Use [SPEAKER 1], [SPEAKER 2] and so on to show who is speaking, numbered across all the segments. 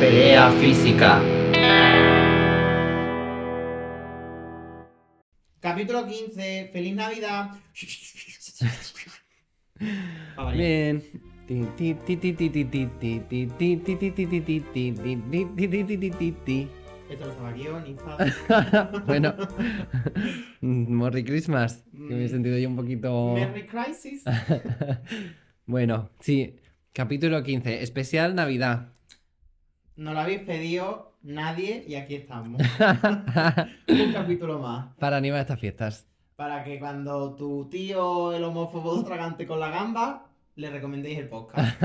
[SPEAKER 1] Pelea física.
[SPEAKER 2] Capítulo 15. Feliz Navidad. Pa' variar.
[SPEAKER 3] Bien. Bueno,
[SPEAKER 2] Esto no estaba guión, hija.
[SPEAKER 3] Morri Christmas, que me he sentido yo un poquito.
[SPEAKER 2] Merry Crisis.
[SPEAKER 3] Bueno, sí, capítulo 15, especial Navidad.
[SPEAKER 2] No lo habéis pedido nadie y aquí estamos. Un capítulo más.
[SPEAKER 3] Para animar estas fiestas.
[SPEAKER 2] Para que cuando tu tío, el homófobo tragante con la gamba, le recomendéis el podcast.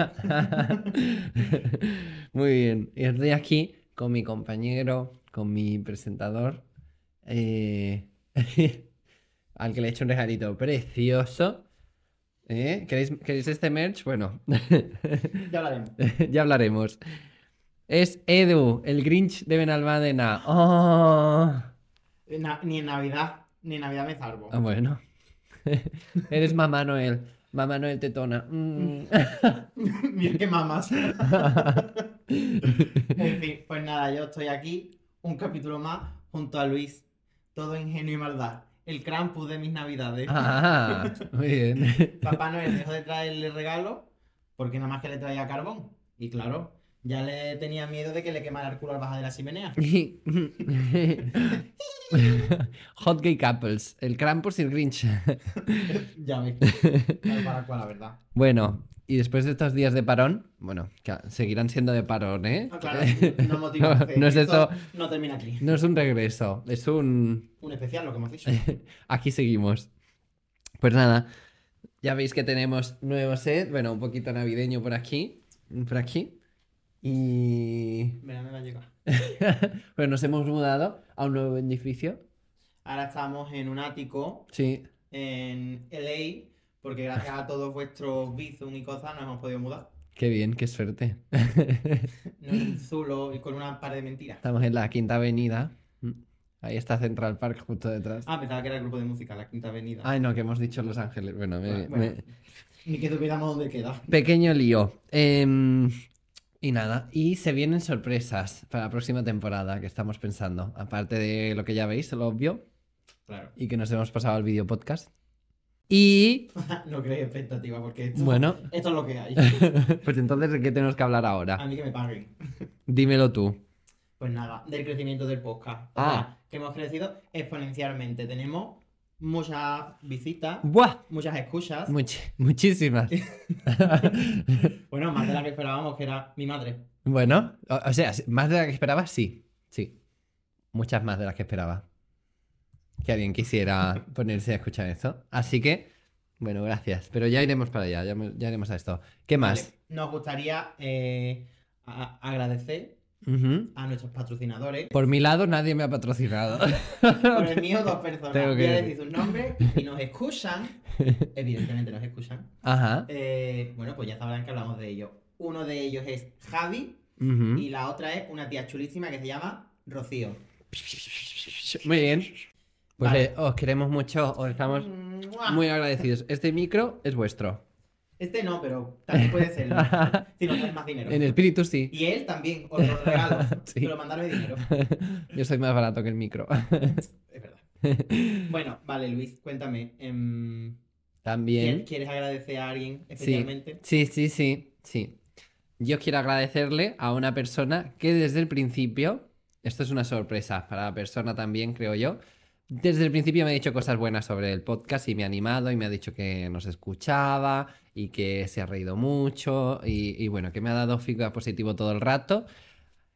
[SPEAKER 3] Muy bien, y estoy aquí con mi compañero, con mi presentador, eh, al que le he hecho un regalito precioso. ¿Eh? ¿Queréis, ¿Queréis este merch? Bueno,
[SPEAKER 2] Ya hablaremos.
[SPEAKER 3] ya hablaremos. Es Edu, el Grinch de Benalmádena. ¡Oh!
[SPEAKER 2] Na- ni en Navidad, ni en Navidad me salvo.
[SPEAKER 3] Ah, bueno. Eres Mamá Noel. Mamá Noel tetona. Mm.
[SPEAKER 2] Mira qué mamas. en fin, pues nada, yo estoy aquí, un capítulo más, junto a Luis. Todo ingenio y maldad. El Krampus de mis navidades.
[SPEAKER 3] Ah, muy bien.
[SPEAKER 2] Papá Noel dejó de traerle regalo porque nada más que le traía carbón. Y claro, ya le tenía miedo de que le quemara el culo al bajar de la chimenea.
[SPEAKER 3] Hot Gay Couples, el Krampus y el Grinch.
[SPEAKER 2] ya ves. Tal para cual, la verdad.
[SPEAKER 3] Bueno, y después de estos días de parón, bueno, que seguirán siendo de parón, ¿eh?
[SPEAKER 2] Ah, claro, no motiva.
[SPEAKER 3] No, no es esto-
[SPEAKER 2] No termina aquí.
[SPEAKER 3] No es un regreso, es un...
[SPEAKER 2] Un especial, lo que hemos dicho.
[SPEAKER 3] Aquí seguimos. Pues nada, ya veis que tenemos nuevo set, bueno, un poquito navideño por aquí, por aquí. Y...
[SPEAKER 2] Verá, me va a llegar.
[SPEAKER 3] Bueno, nos hemos mudado a un nuevo edificio.
[SPEAKER 2] Ahora estamos en un ático
[SPEAKER 3] Sí,
[SPEAKER 2] en LA, porque gracias a todos vuestros bizum y cosas nos hemos podido mudar.
[SPEAKER 3] qué bien, qué suerte.
[SPEAKER 2] No es un zulo y con una par de mentiras.
[SPEAKER 3] Estamos en la Quinta Avenida. Ahí está Central Park justo detrás.
[SPEAKER 2] Ah, pensaba que era el grupo de música, la Quinta Avenida.
[SPEAKER 3] Ay, no, que hemos dicho Los Ángeles. Bueno, me-
[SPEAKER 2] Bueno.
[SPEAKER 3] me-
[SPEAKER 2] Ah, Ni que tuviéramos dónde quedar.
[SPEAKER 3] pequeño lío. Em, y nada, y se vienen sorpresas para la próxima temporada que estamos pensando. Aparte de lo que ya veis, lo obvio,
[SPEAKER 2] Claro.
[SPEAKER 3] y que nos hemos pasado al video podcast. Y
[SPEAKER 2] No creéis expectativa, porque esto,
[SPEAKER 3] bueno,
[SPEAKER 2] esto es lo que hay.
[SPEAKER 3] pues entonces, ¿de qué tenemos que hablar
[SPEAKER 2] A
[SPEAKER 3] ahora?
[SPEAKER 2] mí que me paguen.
[SPEAKER 3] Dímelo tú.
[SPEAKER 2] Pues nada, del crecimiento del podcast. O
[SPEAKER 3] Ah.
[SPEAKER 2] sea, que hemos crecido exponencialmente. Tenemos muchas visitas,
[SPEAKER 3] ¡Buah!
[SPEAKER 2] muchas escuchas.
[SPEAKER 3] Much- muchísimas.
[SPEAKER 2] Bueno, más de la que esperábamos, que era mi madre.
[SPEAKER 3] Bueno, o, o sea, más de las que esperaba, sí. Sí. Muchas más de las que esperaba. Que alguien quisiera ponerse a escuchar esto. Así que, bueno, gracias. Pero ya iremos para allá, ya, me- ya iremos a esto. ¿Qué más?
[SPEAKER 2] Vale, Nos gustaría eh, a- agradecer
[SPEAKER 3] Ujú.
[SPEAKER 2] a nuestros patrocinadores.
[SPEAKER 3] Por mi lado, nadie me ha patrocinado.
[SPEAKER 2] Por el mío, dos personas.
[SPEAKER 3] Tengo que
[SPEAKER 2] Voy a
[SPEAKER 3] decir.
[SPEAKER 2] decir sus nombres y nos escuchan. Evidentemente nos escuchan.
[SPEAKER 3] Ajá.
[SPEAKER 2] Eh, bueno, pues ya sabrán que hablamos de ellos. Uno de ellos es Javi
[SPEAKER 3] Ujú.
[SPEAKER 2] y la otra es una tía chulísima que se llama Rocío.
[SPEAKER 3] Muy bien. Pues
[SPEAKER 2] Vale.
[SPEAKER 3] eh, os queremos mucho, os estamos
[SPEAKER 2] ¡Mua!
[SPEAKER 3] muy agradecidos. Este micro es vuestro.
[SPEAKER 2] Este no, pero también puede serlo. si nos dan más dinero.
[SPEAKER 3] En espíritu sí.
[SPEAKER 2] Y él también, os lo regalo.
[SPEAKER 3] Sí.
[SPEAKER 2] Pero mandarme dinero.
[SPEAKER 3] Yo soy más barato que el micro.
[SPEAKER 2] Es verdad. Bueno, vale, Luis, cuéntame. em,
[SPEAKER 3] También.
[SPEAKER 2] ¿quién- ¿Quieres agradecer a alguien especialmente?
[SPEAKER 3] Sí, sí, sí, sí. Yo quiero agradecerle a una persona que desde el principio, esto es una sorpresa para la persona también, creo yo, desde el principio me ha dicho cosas buenas sobre el podcast y me ha animado y me ha dicho que nos escuchaba y que se ha reído mucho y, y bueno, que me ha dado feedback positivo todo el rato.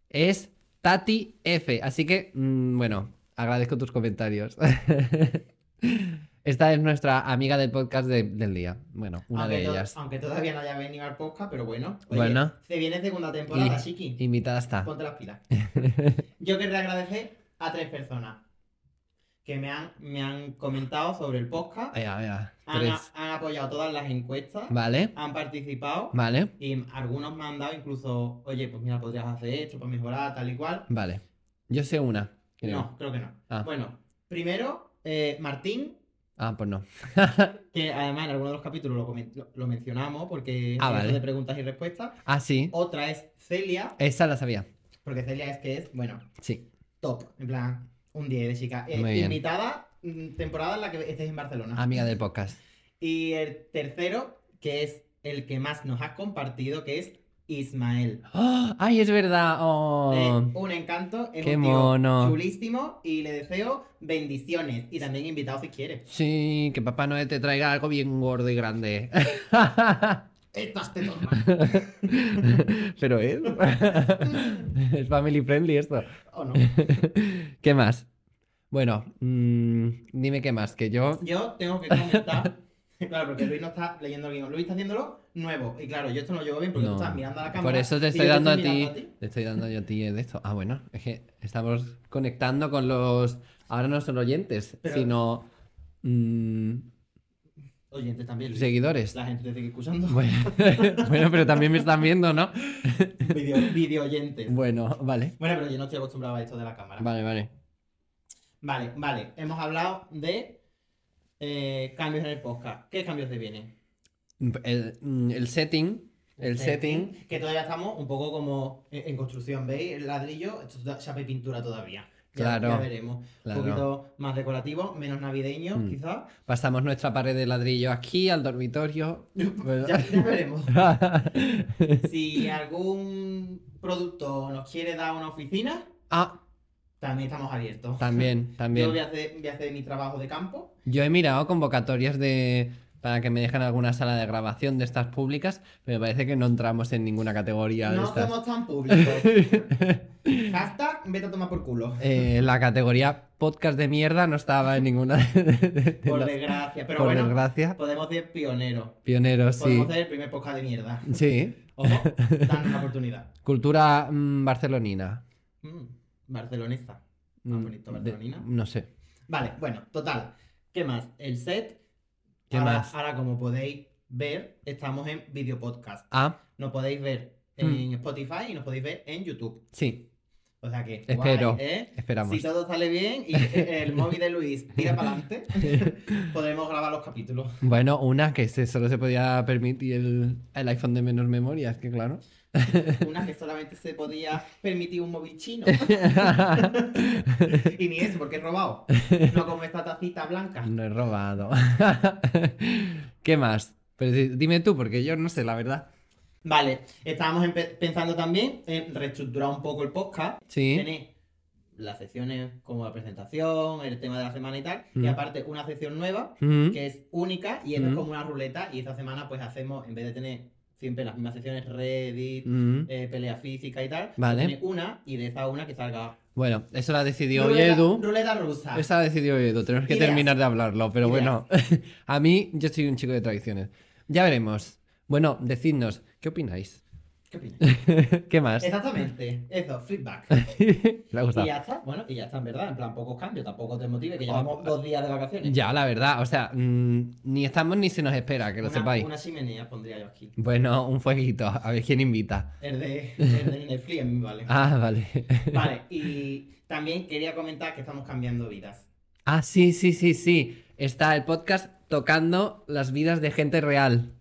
[SPEAKER 3] Es Tati F. Así que, mm, bueno, agradezco tus comentarios. Esta es nuestra amiga del podcast de- del día. Bueno, una
[SPEAKER 2] aunque
[SPEAKER 3] de
[SPEAKER 2] to-
[SPEAKER 3] ellas.
[SPEAKER 2] Aunque todavía no haya venido al podcast, pero bueno. Oye,
[SPEAKER 3] Bueno.
[SPEAKER 2] Se viene segunda temporada,
[SPEAKER 3] Y-
[SPEAKER 2] chiqui.
[SPEAKER 3] Invitada está.
[SPEAKER 2] Ponte las pilas. Yo querría agradecer a tres personas que me han, me han comentado sobre el podcast.
[SPEAKER 3] Venga, venga,
[SPEAKER 2] Han,
[SPEAKER 3] tres.
[SPEAKER 2] han apoyado todas las encuestas.
[SPEAKER 3] Vale,
[SPEAKER 2] Han participado.
[SPEAKER 3] vale,
[SPEAKER 2] Y algunos me han dado incluso, oye, pues mira, podrías hacer esto para mejorar, tal y cual.
[SPEAKER 3] vale. Yo sé una, creo.
[SPEAKER 2] No, creo que no.
[SPEAKER 3] Ah.
[SPEAKER 2] Bueno, primero, eh, Martín,
[SPEAKER 3] Ah, pues no.
[SPEAKER 2] que además en alguno de los capítulos lo, comen- lo- lo mencionamos porque
[SPEAKER 3] Ah,
[SPEAKER 2] es
[SPEAKER 3] vale.
[SPEAKER 2] de preguntas y respuestas.
[SPEAKER 3] Ah, sí.
[SPEAKER 2] Otra es Celia,
[SPEAKER 3] Esa la sabía.
[SPEAKER 2] Porque Celia es que es, bueno,
[SPEAKER 3] Sí,
[SPEAKER 2] top. En plan, un 10 de chica. Eh,
[SPEAKER 3] Muy bien.
[SPEAKER 2] invitada, mm, temporada en la que estés en Barcelona.
[SPEAKER 3] amiga del podcast.
[SPEAKER 2] Y el tercero, que es el que más nos has compartido, que es Ismael.
[SPEAKER 3] ¡Ah! ¡Ay, es verdad! ¡Oh!
[SPEAKER 2] Es un encanto, es
[SPEAKER 3] qué
[SPEAKER 2] un tío
[SPEAKER 3] mono.
[SPEAKER 2] chulísimo y le deseo bendiciones. Y también invitado si quiere.
[SPEAKER 3] Sí, que Papá Noel te traiga algo bien gordo y grande.
[SPEAKER 2] Estas te toman.
[SPEAKER 3] Pero es. es family friendly esto.
[SPEAKER 2] ¿O no?
[SPEAKER 3] ¿Qué más? Bueno, mm, dime qué más, que yo.
[SPEAKER 2] Yo tengo que comentar. Claro, porque Luis no está leyendo el guión. Luis está haciéndolo nuevo. Y claro, yo esto no lo llevo bien porque
[SPEAKER 3] No.
[SPEAKER 2] tú estás mirando a la cámara.
[SPEAKER 3] Por eso te
[SPEAKER 2] y
[SPEAKER 3] estoy
[SPEAKER 2] yo
[SPEAKER 3] dando a ti.
[SPEAKER 2] mirando
[SPEAKER 3] Te estoy dando yo a ti de esto. Ah, bueno, es que estamos conectando con los. Ahora no son oyentes,
[SPEAKER 2] Pero-
[SPEAKER 3] sino. mm,
[SPEAKER 2] Oyentes también. Luis.
[SPEAKER 3] seguidores.
[SPEAKER 2] La gente te sigue escuchando.
[SPEAKER 3] Bueno, bueno, pero también me están viendo, ¿no?
[SPEAKER 2] Video, video oyentes. Bueno.
[SPEAKER 3] Bueno, vale.
[SPEAKER 2] pero yo no estoy acostumbrado a esto de la cámara.
[SPEAKER 3] Vale, vale.
[SPEAKER 2] Vale, vale. Hemos hablado de eh, cambios en el podcast. ¿Qué cambios te vienen?
[SPEAKER 3] El, mm, el setting. El setting.
[SPEAKER 2] Que todavía estamos un poco como en, en construcción, ¿veis? El ladrillo, esto está chapa y pintura todavía. Ya-
[SPEAKER 3] Claro.
[SPEAKER 2] Ya veremos.
[SPEAKER 3] claro.
[SPEAKER 2] Un poquito más decorativo, menos navideño,
[SPEAKER 3] Mm.
[SPEAKER 2] quizás.
[SPEAKER 3] Pasamos nuestra pared de ladrillo aquí al dormitorio. Bueno.
[SPEAKER 2] Ya, ya veremos. si algún producto nos quiere dar una oficina,
[SPEAKER 3] ah,
[SPEAKER 2] también estamos abiertos. Yo
[SPEAKER 3] también,
[SPEAKER 2] voy a,
[SPEAKER 3] también.
[SPEAKER 2] hacer, voy a hacer mi trabajo de campo.
[SPEAKER 3] Yo he mirado convocatorias de para que me dejen alguna sala de grabación de estas públicas, pero me parece que no entramos en ninguna categoría de
[SPEAKER 2] no
[SPEAKER 3] estas.
[SPEAKER 2] somos tan públicos. Hashtag, vete a tomar por culo.
[SPEAKER 3] Eh, la categoría podcast de mierda no estaba en ninguna de, de- de- de
[SPEAKER 2] Por
[SPEAKER 3] las-
[SPEAKER 2] desgracia. Pero
[SPEAKER 3] por
[SPEAKER 2] bueno,
[SPEAKER 3] desgracia.
[SPEAKER 2] podemos ser pioneros.
[SPEAKER 3] Pioneros, sí.
[SPEAKER 2] Podemos ser el primer podcast de mierda.
[SPEAKER 3] Sí.
[SPEAKER 2] Ojo, dan una oportunidad.
[SPEAKER 3] Cultura mm, barcelonina.
[SPEAKER 2] Mm, barcelonesa.
[SPEAKER 3] Mm,
[SPEAKER 2] Ah, bonito,
[SPEAKER 3] de-
[SPEAKER 2] barcelonina.
[SPEAKER 3] no sé.
[SPEAKER 2] Vale, bueno, total. ¿Qué más? El set.
[SPEAKER 3] ¿Qué
[SPEAKER 2] ahora,
[SPEAKER 3] más?
[SPEAKER 2] ahora, como podéis ver, estamos en video podcast.
[SPEAKER 3] Ah,
[SPEAKER 2] Nos podéis ver
[SPEAKER 3] Mm.
[SPEAKER 2] en Spotify y nos podéis ver en YouTube.
[SPEAKER 3] sí,
[SPEAKER 2] O sea que.
[SPEAKER 3] Espero.
[SPEAKER 2] guay, ¿eh?
[SPEAKER 3] esperamos.
[SPEAKER 2] Si todo sale bien y el móvil de Luis tira para adelante, podremos grabar los capítulos.
[SPEAKER 3] Bueno, una que se- solo se podía permitir el, el iPhone de menos memoria, es que claro.
[SPEAKER 2] Una que solamente se podía permitir un móvil chino. Y ni eso, porque he robado. No como esta tacita blanca.
[SPEAKER 3] no he robado. ¿Qué más? Pero di- dime tú, porque yo no sé, la verdad.
[SPEAKER 2] Vale, estábamos empe- pensando también en reestructurar un poco el podcast.
[SPEAKER 3] Sí,
[SPEAKER 2] Tener las secciones como la presentación, el tema de la semana y tal. Y
[SPEAKER 3] Mm.
[SPEAKER 2] aparte, una sección nueva
[SPEAKER 3] Mm,
[SPEAKER 2] que es única y esto
[SPEAKER 3] Mm.
[SPEAKER 2] es como una ruleta. Y esta semana, pues hacemos, en vez de tener siempre las mismas secciones, Reddit,
[SPEAKER 3] mm.
[SPEAKER 2] eh, pelea física y tal,
[SPEAKER 3] Vale.
[SPEAKER 2] tiene una y de esa una que salga.
[SPEAKER 3] Bueno, eso la decidió
[SPEAKER 2] Ruleta,
[SPEAKER 3] Edu.
[SPEAKER 2] ruleta rusa.
[SPEAKER 3] Eso la decidió Edu, tenemos que
[SPEAKER 2] Ideas.
[SPEAKER 3] terminar de hablarlo, pero
[SPEAKER 2] Ideas.
[SPEAKER 3] bueno, a mí yo soy un chico de tradiciones. Ya veremos. Bueno, decidnos, ¿qué opináis?
[SPEAKER 2] ¿Qué opinas?
[SPEAKER 3] ¿Qué más?
[SPEAKER 2] Exactamente, eso, feedback.
[SPEAKER 3] Pues Me ha gustado.
[SPEAKER 2] Y ya está, bueno, y ya está, en verdad, en plan, pocos cambios, tampoco te motive, que llevamos dos días de vacaciones.
[SPEAKER 3] Ya, la verdad, o sea, mm, ni estamos ni se nos espera, que lo
[SPEAKER 2] una,
[SPEAKER 3] sepáis.
[SPEAKER 2] Una chimenea pondría yo aquí.
[SPEAKER 3] Bueno, un fueguito, a ver quién invita.
[SPEAKER 2] El de, el de Netflix, vale.
[SPEAKER 3] Ah, vale.
[SPEAKER 2] Vale, y también quería comentar que estamos cambiando vidas.
[SPEAKER 3] Ah, sí, sí, sí, sí. Está el podcast tocando las vidas de gente real.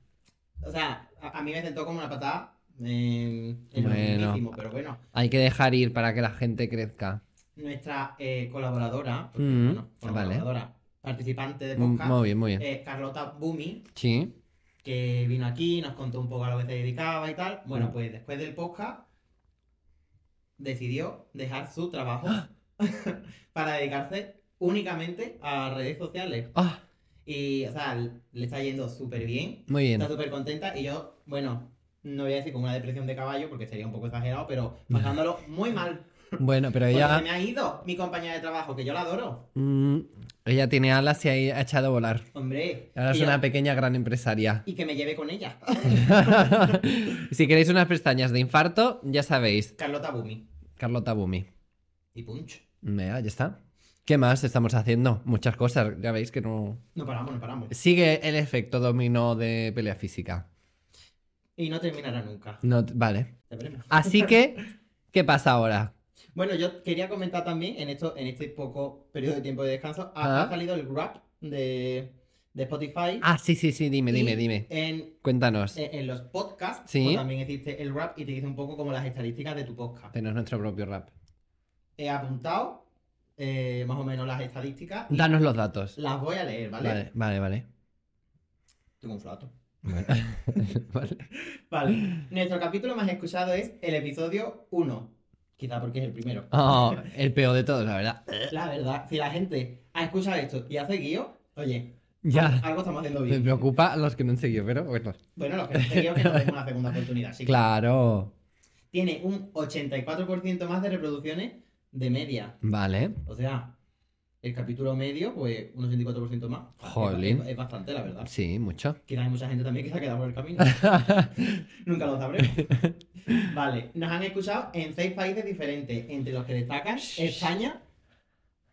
[SPEAKER 2] O sea, a, a mí me sentó como una patada eh, en lo
[SPEAKER 3] Bueno.
[SPEAKER 2] mismísimo, pero bueno,
[SPEAKER 3] Hay que dejar ir para que la gente crezca.
[SPEAKER 2] nuestra eh, colaboradora, porque,
[SPEAKER 3] Mm,
[SPEAKER 2] bueno,
[SPEAKER 3] vale.
[SPEAKER 2] colaboradora, participante de
[SPEAKER 3] Mm,
[SPEAKER 2] podcast,
[SPEAKER 3] Muy bien, muy bien.
[SPEAKER 2] eh, Carlota Bumi,
[SPEAKER 3] Sí.
[SPEAKER 2] que vino aquí, nos contó un poco a lo que se dedicaba y tal. Bueno,
[SPEAKER 3] Mm.
[SPEAKER 2] pues después del podcast decidió dejar su trabajo
[SPEAKER 3] ¡Ah!
[SPEAKER 2] para dedicarse únicamente a redes sociales.
[SPEAKER 3] Ah,
[SPEAKER 2] Y, o sea, le está yendo súper bien,
[SPEAKER 3] muy bien.
[SPEAKER 2] está súper contenta y yo, bueno, no voy a decir con una depresión de caballo porque sería un poco exagerado, pero pasándolo muy mal.
[SPEAKER 3] Bueno, pero
[SPEAKER 2] Porque se
[SPEAKER 3] ella,
[SPEAKER 2] me ha ido mi compañera de trabajo, que yo la adoro.
[SPEAKER 3] mm, ella tiene alas y ahí ha echado a volar.
[SPEAKER 2] Hombre,
[SPEAKER 3] Ahora
[SPEAKER 2] y,
[SPEAKER 3] es
[SPEAKER 2] yo-
[SPEAKER 3] una pequeña gran empresaria.
[SPEAKER 2] y que me lleve con ella.
[SPEAKER 3] si queréis unas pestañas de infarto, ya sabéis,
[SPEAKER 2] Carlota Bumi
[SPEAKER 3] Carlota Bumi.
[SPEAKER 2] y Punch.
[SPEAKER 3] Mira, ya está. ¿Qué más estamos haciendo? Muchas cosas, ya veis que no...
[SPEAKER 2] No paramos, no paramos.
[SPEAKER 3] Sigue el efecto dominó de pelea física.
[SPEAKER 2] Y no terminará nunca.
[SPEAKER 3] No, t- vale.
[SPEAKER 2] Ya veremos.
[SPEAKER 3] Así que, ¿qué pasa ahora?
[SPEAKER 2] Bueno, yo quería comentar también en esto, en este poco periodo de tiempo de descanso, ha,
[SPEAKER 3] Ah.
[SPEAKER 2] ha salido el grab de, de Spotify.
[SPEAKER 3] Ah, sí, sí, sí, dime,
[SPEAKER 2] y
[SPEAKER 3] dime, dime.
[SPEAKER 2] En, e,
[SPEAKER 3] Cuéntanos.
[SPEAKER 2] en- en los podcasts
[SPEAKER 3] Sí.
[SPEAKER 2] pues, también existe el rap y te dice un poco como las estadísticas de tu podcast.
[SPEAKER 3] Tenemos nuestro propio rap.
[SPEAKER 2] He apuntado eh, más o menos las estadísticas. y
[SPEAKER 3] Danos los datos.
[SPEAKER 2] Las voy a leer, ¿vale?
[SPEAKER 3] Vale, vale, vale.
[SPEAKER 2] Tengo un flato.
[SPEAKER 3] Bueno. Vale.
[SPEAKER 2] Vale. Nuestro capítulo más escuchado es el episodio 1. Quizá porque es el primero.
[SPEAKER 3] Oh, el peor de todos, la verdad.
[SPEAKER 2] La verdad, si la gente ha escuchado esto y ha seguido, oye,
[SPEAKER 3] Ya.
[SPEAKER 2] algo estamos haciendo
[SPEAKER 3] Me
[SPEAKER 2] bien.
[SPEAKER 3] preocupa a los que no han seguido, pero bueno.
[SPEAKER 2] Bueno, los que no han seguido que nos den una segunda oportunidad. sí.
[SPEAKER 3] Claro.
[SPEAKER 2] Tiene un 84% más de reproducciones de media.
[SPEAKER 3] Vale.
[SPEAKER 2] O sea, el capítulo medio, pues un 84% más.
[SPEAKER 3] Jolín.
[SPEAKER 2] Es, es bastante, la verdad.
[SPEAKER 3] Sí, mucho.
[SPEAKER 2] Quizás hay mucha gente también que se ha quedado por el camino. Nunca lo sabremos. Vale, nos han escuchado en seis países diferentes, entre los que destacan España,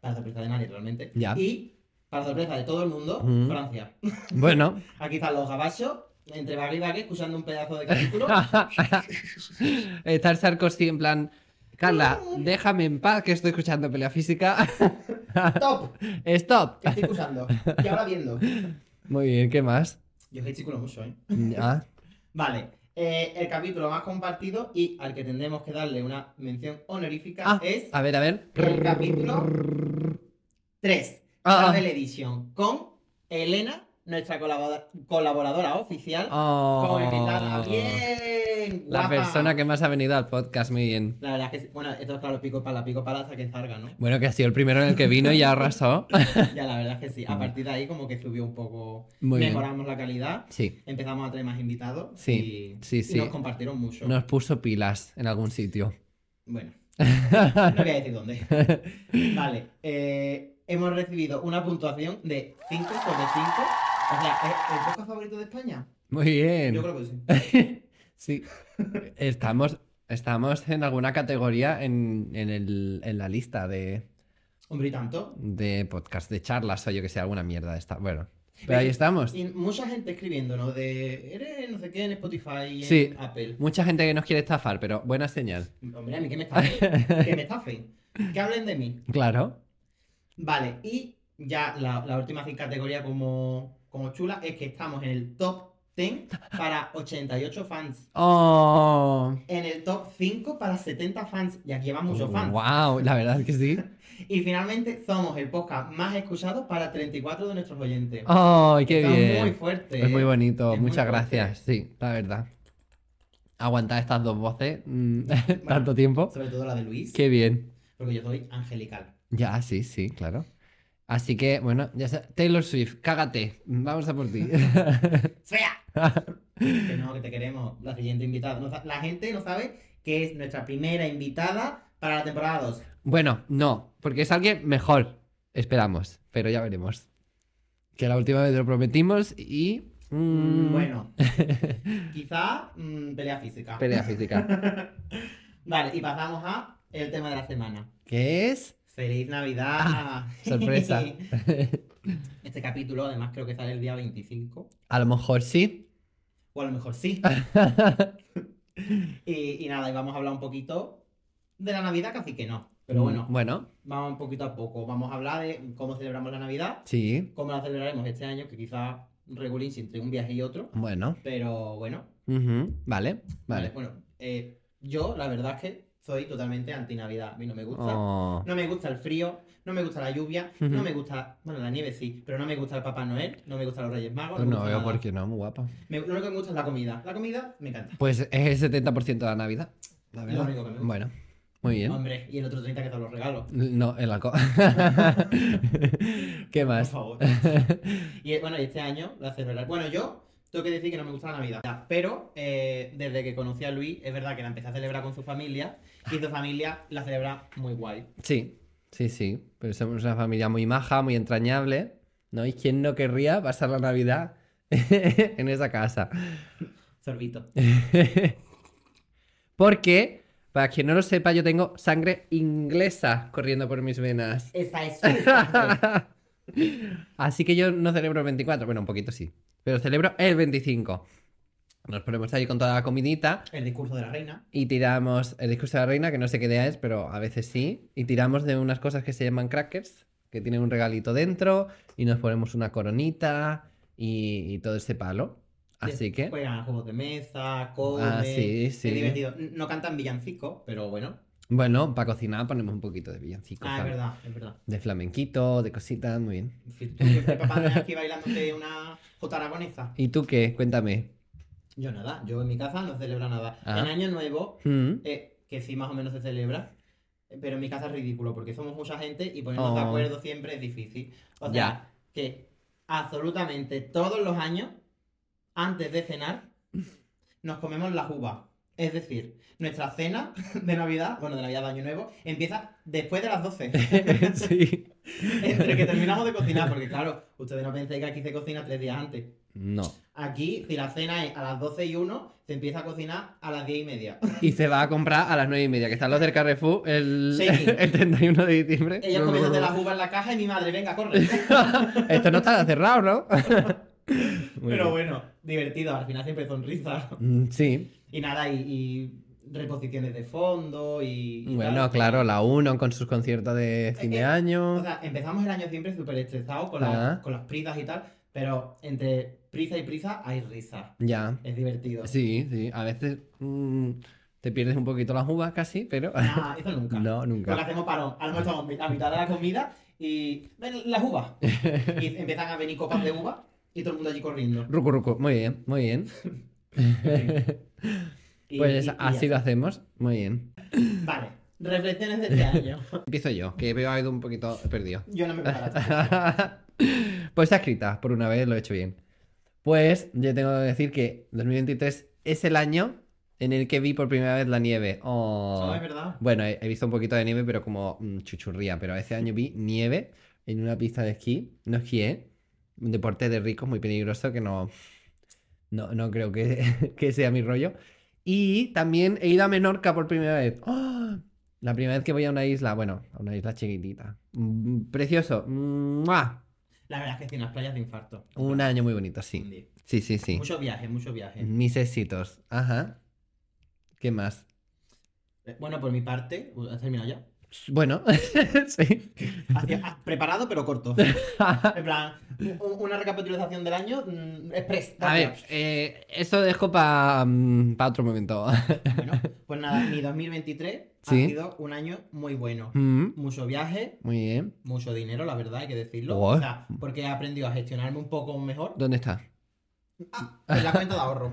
[SPEAKER 2] para sorpresa de nadie realmente,
[SPEAKER 3] Ya.
[SPEAKER 2] y para sorpresa de todo el mundo,
[SPEAKER 3] Mm.
[SPEAKER 2] Francia.
[SPEAKER 3] bueno.
[SPEAKER 2] Aquí están los gabachos, entre barrio y baque, escuchando un pedazo de capítulo.
[SPEAKER 3] Estar Sarkozy en plan. Carla, déjame en paz que estoy escuchando pelea física.
[SPEAKER 2] ¡Top!
[SPEAKER 3] Stop.
[SPEAKER 2] Que estoy escuchando. Y ahora viendo.
[SPEAKER 3] Muy bien, ¿qué más?
[SPEAKER 2] Yo gesticulo mucho, ¿eh?
[SPEAKER 3] Ah,
[SPEAKER 2] Vale, eh, el capítulo más compartido y al que tendremos que darle una mención honorífica
[SPEAKER 3] Ah,
[SPEAKER 2] es
[SPEAKER 3] a ver, a ver.
[SPEAKER 2] el capítulo 3.
[SPEAKER 3] Ah,
[SPEAKER 2] Travel Edition con Elena, nuestra colabora- colaboradora oficial,
[SPEAKER 3] oh.
[SPEAKER 2] como invitada. Bien,
[SPEAKER 3] la
[SPEAKER 2] guapa.
[SPEAKER 3] persona que más ha venido al podcast, muy bien.
[SPEAKER 2] La verdad es que, sí. bueno, esto es claro, pico para pico para hasta que salga, ¿no?
[SPEAKER 3] Bueno, que ha sido el primero en el que vino y ya arrasó.
[SPEAKER 2] Ya, la verdad es que sí. A partir de ahí como que subió un poco,
[SPEAKER 3] Muy bien.
[SPEAKER 2] mejoramos la calidad,
[SPEAKER 3] Sí,
[SPEAKER 2] empezamos a traer más invitados
[SPEAKER 3] Sí,
[SPEAKER 2] y,
[SPEAKER 3] sí,
[SPEAKER 2] y
[SPEAKER 3] sí.
[SPEAKER 2] nos compartieron mucho.
[SPEAKER 3] nos puso pilas en algún sitio.
[SPEAKER 2] Bueno, no voy a decir dónde. Vale, eh, hemos recibido una puntuación de 5 sobre 5. O sea, ¿es el podcast favorito de España?
[SPEAKER 3] Muy bien.
[SPEAKER 2] Yo creo que sí.
[SPEAKER 3] Sí. Estamos, estamos en alguna categoría en, en el- en la lista de,
[SPEAKER 2] Hombre, y tanto.
[SPEAKER 3] de podcast, de charlas o yo que sé, alguna mierda de esta. Bueno, pero ahí estamos.
[SPEAKER 2] Y mucha gente escribiéndonos de eres no sé qué en Spotify y en
[SPEAKER 3] Sí.
[SPEAKER 2] Apple.
[SPEAKER 3] Mucha gente que nos quiere estafar, pero buena señal.
[SPEAKER 2] Hombre, a mí que me estafen. que me estafen. Que hablen de mí.
[SPEAKER 3] Claro.
[SPEAKER 2] Vale, y ya la, la última categoría como, como chula es que estamos en el top 10 para 88 fans.
[SPEAKER 3] Oh.
[SPEAKER 2] En el top 5 para 70 fans. Y aquí van muchos fans.
[SPEAKER 3] Wow, la verdad es que sí.
[SPEAKER 2] Y finalmente somos el podcast más escuchado para 34 de nuestros oyentes.
[SPEAKER 3] Oh, qué
[SPEAKER 2] Está muy
[SPEAKER 3] bien.
[SPEAKER 2] fuerte. eh.
[SPEAKER 3] Es muy bonito.
[SPEAKER 2] Es muy
[SPEAKER 3] Muchas
[SPEAKER 2] fuerte.
[SPEAKER 3] gracias. Sí, la verdad. Aguantar estas dos voces mm,
[SPEAKER 2] Bueno,
[SPEAKER 3] tanto tiempo.
[SPEAKER 2] Sobre todo la de Luis,
[SPEAKER 3] Qué bien.
[SPEAKER 2] porque yo soy angelical.
[SPEAKER 3] Ya, sí, sí, claro. Así que, bueno, ya está. Taylor Swift, cágate. Vamos a por ti.
[SPEAKER 2] ¡Fea! Que no, que te queremos. La siguiente invitada. No sa- la gente no sabe que es nuestra primera invitada para la temporada 2.
[SPEAKER 3] bueno, no, porque es alguien mejor. Esperamos, pero ya veremos. Que la última vez lo prometimos y. mm,
[SPEAKER 2] Bueno, quizá mm, pelea física.
[SPEAKER 3] Pelea física.
[SPEAKER 2] Vale, y pasamos a el tema de la semana.
[SPEAKER 3] ¿Qué es?
[SPEAKER 2] ¡Feliz Navidad!
[SPEAKER 3] Ah, sorpresa.
[SPEAKER 2] este capítulo, además, creo que sale el día 25.
[SPEAKER 3] A lo mejor sí.
[SPEAKER 2] O a lo mejor sí. y, y nada, y vamos a hablar un poquito de la Navidad, casi que no. Pero
[SPEAKER 3] Mm.
[SPEAKER 2] bueno,
[SPEAKER 3] Bueno,
[SPEAKER 2] vamos un poquito a poco. Vamos a hablar de cómo celebramos la Navidad.
[SPEAKER 3] sí.
[SPEAKER 2] cómo la celebraremos este año, que quizá regulín entre un viaje y otro,
[SPEAKER 3] Bueno.
[SPEAKER 2] pero bueno,
[SPEAKER 3] ujú, Vale, vale.
[SPEAKER 2] Bueno, eh, yo la verdad es que soy totalmente anti-Navidad. A mí no me gusta.
[SPEAKER 3] Oh,
[SPEAKER 2] No me gusta el frío, no me gusta la lluvia,
[SPEAKER 3] Ujú.
[SPEAKER 2] no me gusta, bueno, la nieve sí, pero no me gusta el Papá Noel, no me gustan los Reyes Magos.
[SPEAKER 3] pues
[SPEAKER 2] me
[SPEAKER 3] no
[SPEAKER 2] gusta
[SPEAKER 3] veo
[SPEAKER 2] nada.
[SPEAKER 3] por qué no, muy guapa.
[SPEAKER 2] Me- lo único que me gusta es la comida. La comida me encanta.
[SPEAKER 3] Pues es el 70% de la Navidad. La
[SPEAKER 2] Es lo
[SPEAKER 3] verdad.
[SPEAKER 2] único que me gusta.
[SPEAKER 3] Bueno, muy bien.
[SPEAKER 2] Hombre, y el otro 30 que son los regalos.
[SPEAKER 3] No, el alcohol. ¿Qué
[SPEAKER 2] Por
[SPEAKER 3] más?
[SPEAKER 2] favor. y eh, bueno, y este año la celebrar. Bueno, yo tengo que decir que no me gusta la Navidad. Pero eh, desde que conocí a Luis, es verdad que la empecé a celebrar con su familia. Y su familia la celebra muy guay.
[SPEAKER 3] Sí, sí, sí. Pero somos una familia muy maja, muy entrañable, ¿no? ¿Y quién no querría pasar la Navidad en esa casa?
[SPEAKER 2] Sorbito.
[SPEAKER 3] Porque, para quien no lo sepa, yo tengo sangre inglesa corriendo por mis venas.
[SPEAKER 2] Esa es su
[SPEAKER 3] Así que yo no celebro el 24, bueno, un poquito sí, pero celebro el 25. Nos ponemos ahí con toda la comidita
[SPEAKER 2] El discurso de la reina.
[SPEAKER 3] y tiramos el discurso de la reina, que no sé qué idea es, pero a veces sí, y tiramos de unas cosas que se llaman crackers, que tienen un regalito dentro, y nos ponemos una coronita, y, y todo ese palo. Así que.
[SPEAKER 2] Juegan a juegos de mesa, comen.
[SPEAKER 3] Ah, sí, sí.
[SPEAKER 2] Es divertido. N- No cantan villancicos, pero bueno.
[SPEAKER 3] Bueno, para cocinar ponemos un poquito de villancicos.
[SPEAKER 2] Ah, es
[SPEAKER 3] ¿sabes?
[SPEAKER 2] verdad, es verdad.
[SPEAKER 3] De flamenquito, de cositas, muy bien.
[SPEAKER 2] Si tú siempre papá de aquí bailándote una jota aragonesa.
[SPEAKER 3] ¿Y tú qué? Cuéntame.
[SPEAKER 2] Yo nada, yo en mi casa no celebro nada.
[SPEAKER 3] Ah.
[SPEAKER 2] En Año Nuevo,
[SPEAKER 3] Mm.
[SPEAKER 2] eh, que sí más o menos se celebra, eh, pero en mi casa es ridículo porque somos mucha gente y ponernos de
[SPEAKER 3] Oh.
[SPEAKER 2] acuerdo siempre es difícil. O sea,
[SPEAKER 3] Ya.
[SPEAKER 2] que absolutamente todos los años, antes de cenar, nos comemos las uvas. Es decir, nuestra cena de Navidad, bueno, de Navidad de Año Nuevo, empieza después de las 12.
[SPEAKER 3] sí.
[SPEAKER 2] Entre que terminamos de cocinar, porque claro, ustedes no pensáis que aquí se cocina tres días antes.
[SPEAKER 3] No.
[SPEAKER 2] Aquí, si la cena es a las 12 y 1, se empieza a cocinar a las 10 y media.
[SPEAKER 3] Y se va a comprar a las 9 y media, que están los del Carrefour el,
[SPEAKER 2] Shaking.
[SPEAKER 3] el 31 de diciembre.
[SPEAKER 2] Ellos comiéndose las uvas en la caja y mi madre, venga, corre.
[SPEAKER 3] Esto no está cerrado, ¿no? Muy
[SPEAKER 2] Pero
[SPEAKER 3] bien.
[SPEAKER 2] bueno, divertido, al final siempre sonrisas.
[SPEAKER 3] Mm, Sí,
[SPEAKER 2] Y nada, y, y reposiciones de fondo y... y
[SPEAKER 3] bueno,
[SPEAKER 2] tal.
[SPEAKER 3] claro, la 1 con sus conciertos de fin
[SPEAKER 2] Eh,
[SPEAKER 3] de
[SPEAKER 2] eh,
[SPEAKER 3] año.
[SPEAKER 2] O sea, empezamos el año siempre súper estresados con, las-
[SPEAKER 3] Ah.
[SPEAKER 2] con las prisas y tal, pero entre prisa y prisa hay risa.
[SPEAKER 3] Ya.
[SPEAKER 2] Es divertido.
[SPEAKER 3] Sí, sí. A veces mm, te pierdes un poquito las uvas casi, pero.
[SPEAKER 2] Nah, eso nunca.
[SPEAKER 3] No,
[SPEAKER 2] Porque
[SPEAKER 3] nunca.
[SPEAKER 2] hacemos parón. Ahora estamos a mitad de la comida y. Ven las uvas. Y empiezan a venir copas de uva y todo el mundo allí corriendo.
[SPEAKER 3] Ruco, ruco. Muy bien, muy bien.
[SPEAKER 2] Y-
[SPEAKER 3] Pues
[SPEAKER 2] y- y
[SPEAKER 3] así lo hacemos. Muy bien.
[SPEAKER 2] Vale. Reflexiones de este año.
[SPEAKER 3] Empiezo yo, que veo algo un poquito perdido.
[SPEAKER 2] Yo no me preparo.
[SPEAKER 3] pues está escrita, por una vez lo he hecho bien. Pues yo tengo que decir que 2023 es el año en el que vi por primera vez la nieve. Oh.
[SPEAKER 2] No, es verdad.
[SPEAKER 3] Bueno, he, he visto un poquito de nieve, pero como mm, chuchurría. Pero ese año vi nieve en una pista de esquí. No esquié. Un deporte de ricos muy peligroso que no, no, no creo que, que sea mi rollo. Y también he ido a Menorca por primera vez. ¡Ah! La primera vez que voy a una isla, bueno, a una isla chiquitita. Mm, Precioso. ¡Mua!
[SPEAKER 2] La verdad es que tiene unas playas de infarto.
[SPEAKER 3] Un año muy bonito, sí.
[SPEAKER 2] Sí.
[SPEAKER 3] Sí, sí, sí.
[SPEAKER 2] Mucho viaje, mucho viaje.
[SPEAKER 3] Mis éxitos. Ajá. ¿Qué más?
[SPEAKER 2] Eh, Bueno, por mi parte, uh, ¿has terminado ya?
[SPEAKER 3] Bueno, sí.
[SPEAKER 2] Hacia- ah, preparado pero corto. En plan, u- u- una recapitulación del año mm, express.
[SPEAKER 3] A ver, eh, eso dejo para otro momento.
[SPEAKER 2] Bueno, pues nada, mi 2023
[SPEAKER 3] Sí.
[SPEAKER 2] ha sido un año muy bueno.
[SPEAKER 3] Mm,
[SPEAKER 2] Mucho viaje,
[SPEAKER 3] Muy bien.
[SPEAKER 2] mucho dinero, la verdad, hay que decirlo.
[SPEAKER 3] Guau.
[SPEAKER 2] O sea, porque he aprendido a gestionarme un poco mejor Ah,
[SPEAKER 3] ¿Dónde está?
[SPEAKER 2] en la cuenta de ahorro.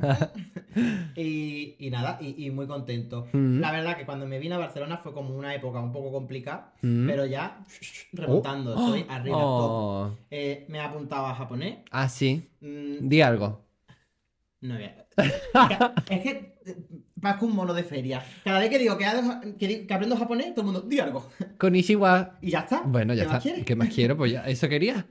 [SPEAKER 2] y, y nada, y, y muy contento.
[SPEAKER 3] Mm,
[SPEAKER 2] La verdad que cuando me vine a Barcelona fue como una época un poco complicada,
[SPEAKER 3] mm.
[SPEAKER 2] pero ya remontando, estoy arriba. top.
[SPEAKER 3] Oh.
[SPEAKER 2] Eh, me he apuntado a japonés.
[SPEAKER 3] Ah, sí.
[SPEAKER 2] Mm,
[SPEAKER 3] Di algo.
[SPEAKER 2] No, ya. es que eh, parezco un mono de feria. Cada vez que digo que, hago- que di- que aprendo japonés, todo el mundo, di algo.
[SPEAKER 3] Konishiwa.
[SPEAKER 2] Y ya está.
[SPEAKER 3] Bueno, ya
[SPEAKER 2] ¿Qué más
[SPEAKER 3] está.
[SPEAKER 2] quieres?
[SPEAKER 3] ¿Qué más quiero? Pues ya, eso quería.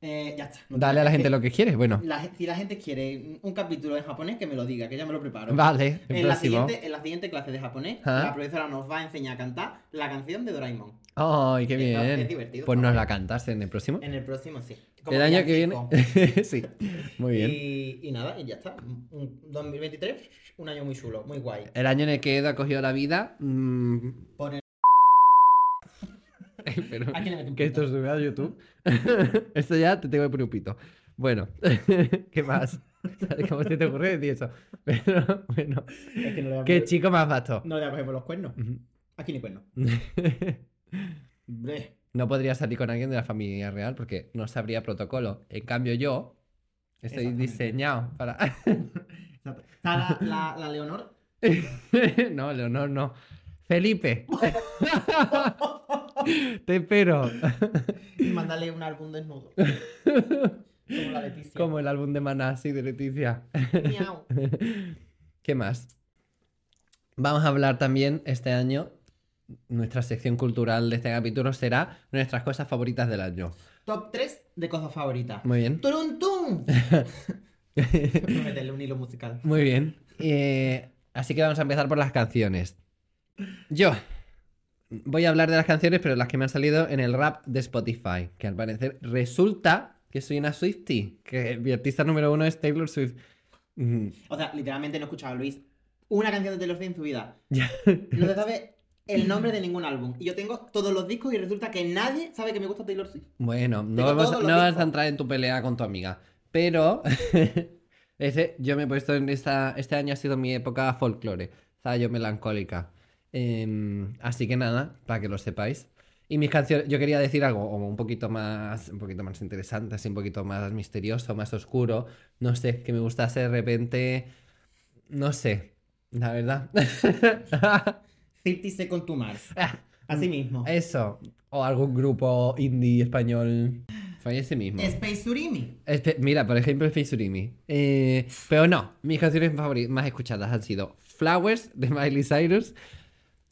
[SPEAKER 2] Eh, ya está.
[SPEAKER 3] Dale a la gente lo que quiere. Bueno,
[SPEAKER 2] La gen- si la gente quiere un capítulo en japonés, que me lo diga, que ya me lo preparo.
[SPEAKER 3] vale. El
[SPEAKER 2] En la,
[SPEAKER 3] próximo.
[SPEAKER 2] siguiente, en la siguiente clase de japonés,
[SPEAKER 3] Ah.
[SPEAKER 2] la profesora nos va a enseñar a cantar la canción de Doraemon.
[SPEAKER 3] Ay, qué
[SPEAKER 2] Es- es
[SPEAKER 3] bien.
[SPEAKER 2] divertido,
[SPEAKER 3] Pues
[SPEAKER 2] ¿no?
[SPEAKER 3] nos la cantas en el próximo.
[SPEAKER 2] En el próximo, sí. Como
[SPEAKER 3] El año que
[SPEAKER 2] villancico.
[SPEAKER 3] viene. sí. Muy bien.
[SPEAKER 2] Y, y nada, y ya está. Un 2023, un año muy chulo, muy guay.
[SPEAKER 3] El año en el que Edo ha cogido la vida. mm,
[SPEAKER 2] Por el-
[SPEAKER 3] pero-
[SPEAKER 2] ¿A quién le mete un
[SPEAKER 3] Que esto
[SPEAKER 2] punto?
[SPEAKER 3] sube a YouTube. esto ya te tengo que poner un pito. Bueno, ¿qué más? ¿Sabes ¿Cómo se te ocurre decir eso? Pero bueno,
[SPEAKER 2] Es que no le voy a
[SPEAKER 3] qué
[SPEAKER 2] poner-
[SPEAKER 3] chico más vasto.
[SPEAKER 2] No le voy a coger por los cuernos.
[SPEAKER 3] Ujú.
[SPEAKER 2] Aquí ni cuernos. Bre.
[SPEAKER 3] no podría salir con alguien de la familia real porque no sabría protocolo. En cambio, yo estoy
[SPEAKER 2] Exactamente.
[SPEAKER 3] diseñado para.
[SPEAKER 2] Exacto. Está la, la- la Leonor.
[SPEAKER 3] no, Leonor, no. Felipe. te espero.
[SPEAKER 2] Y mándale un álbum desnudo. Como la Leticia.
[SPEAKER 3] Como el álbum de Maná, sí, de Leticia.
[SPEAKER 2] Miau.
[SPEAKER 3] ¿Qué más? Vamos a hablar también este año. Nuestra sección cultural de este capítulo será nuestras cosas favoritas del año.
[SPEAKER 2] Top 3 de cosas favoritas.
[SPEAKER 3] Muy bien.
[SPEAKER 2] ¡Turuntum! Voy a meterle un hilo musical.
[SPEAKER 3] Muy bien. Eh, así que vamos a empezar por las canciones. Yo voy a hablar de las canciones, pero las que me han salido en el rap de Spotify, que al parecer resulta que soy una Swiftie, que mi artista número uno es Taylor Swift. Mm,
[SPEAKER 2] O sea, literalmente no he escuchado a Luis una canción de Taylor Swift en su vida.
[SPEAKER 3] Ya.
[SPEAKER 2] No se sabe el nombre de ningún álbum. Y yo tengo todos los discos y resulta que nadie sabe que me gusta Taylor Swift.
[SPEAKER 3] Bueno, no
[SPEAKER 2] Tengo
[SPEAKER 3] vamos,
[SPEAKER 2] todos
[SPEAKER 3] no
[SPEAKER 2] los
[SPEAKER 3] vas
[SPEAKER 2] discos.
[SPEAKER 3] a entrar en tu pelea con tu amiga. Pero ese, yo me he puesto en esta. Este año ha sido mi época folclore. Estaba yo melancólica. Em, así que nada, para que lo sepáis. Y mis canciones, yo quería decir algo como un poquito más, un poquito más interesante, así un poquito más misterioso, más oscuro. No sé, que me gustase de repente. No sé, la verdad.
[SPEAKER 2] 50 Second to Mars.
[SPEAKER 3] Ah.
[SPEAKER 2] Así mismo.
[SPEAKER 3] Eh. Eso. O algún grupo indie español. Fue ese mismo.
[SPEAKER 2] Space Surimi.
[SPEAKER 3] Espe- Este, mira, por ejemplo, Faceurimi. Eh, pero no, mis canciones favori- más escuchadas han sido Flowers de Miley Cyrus,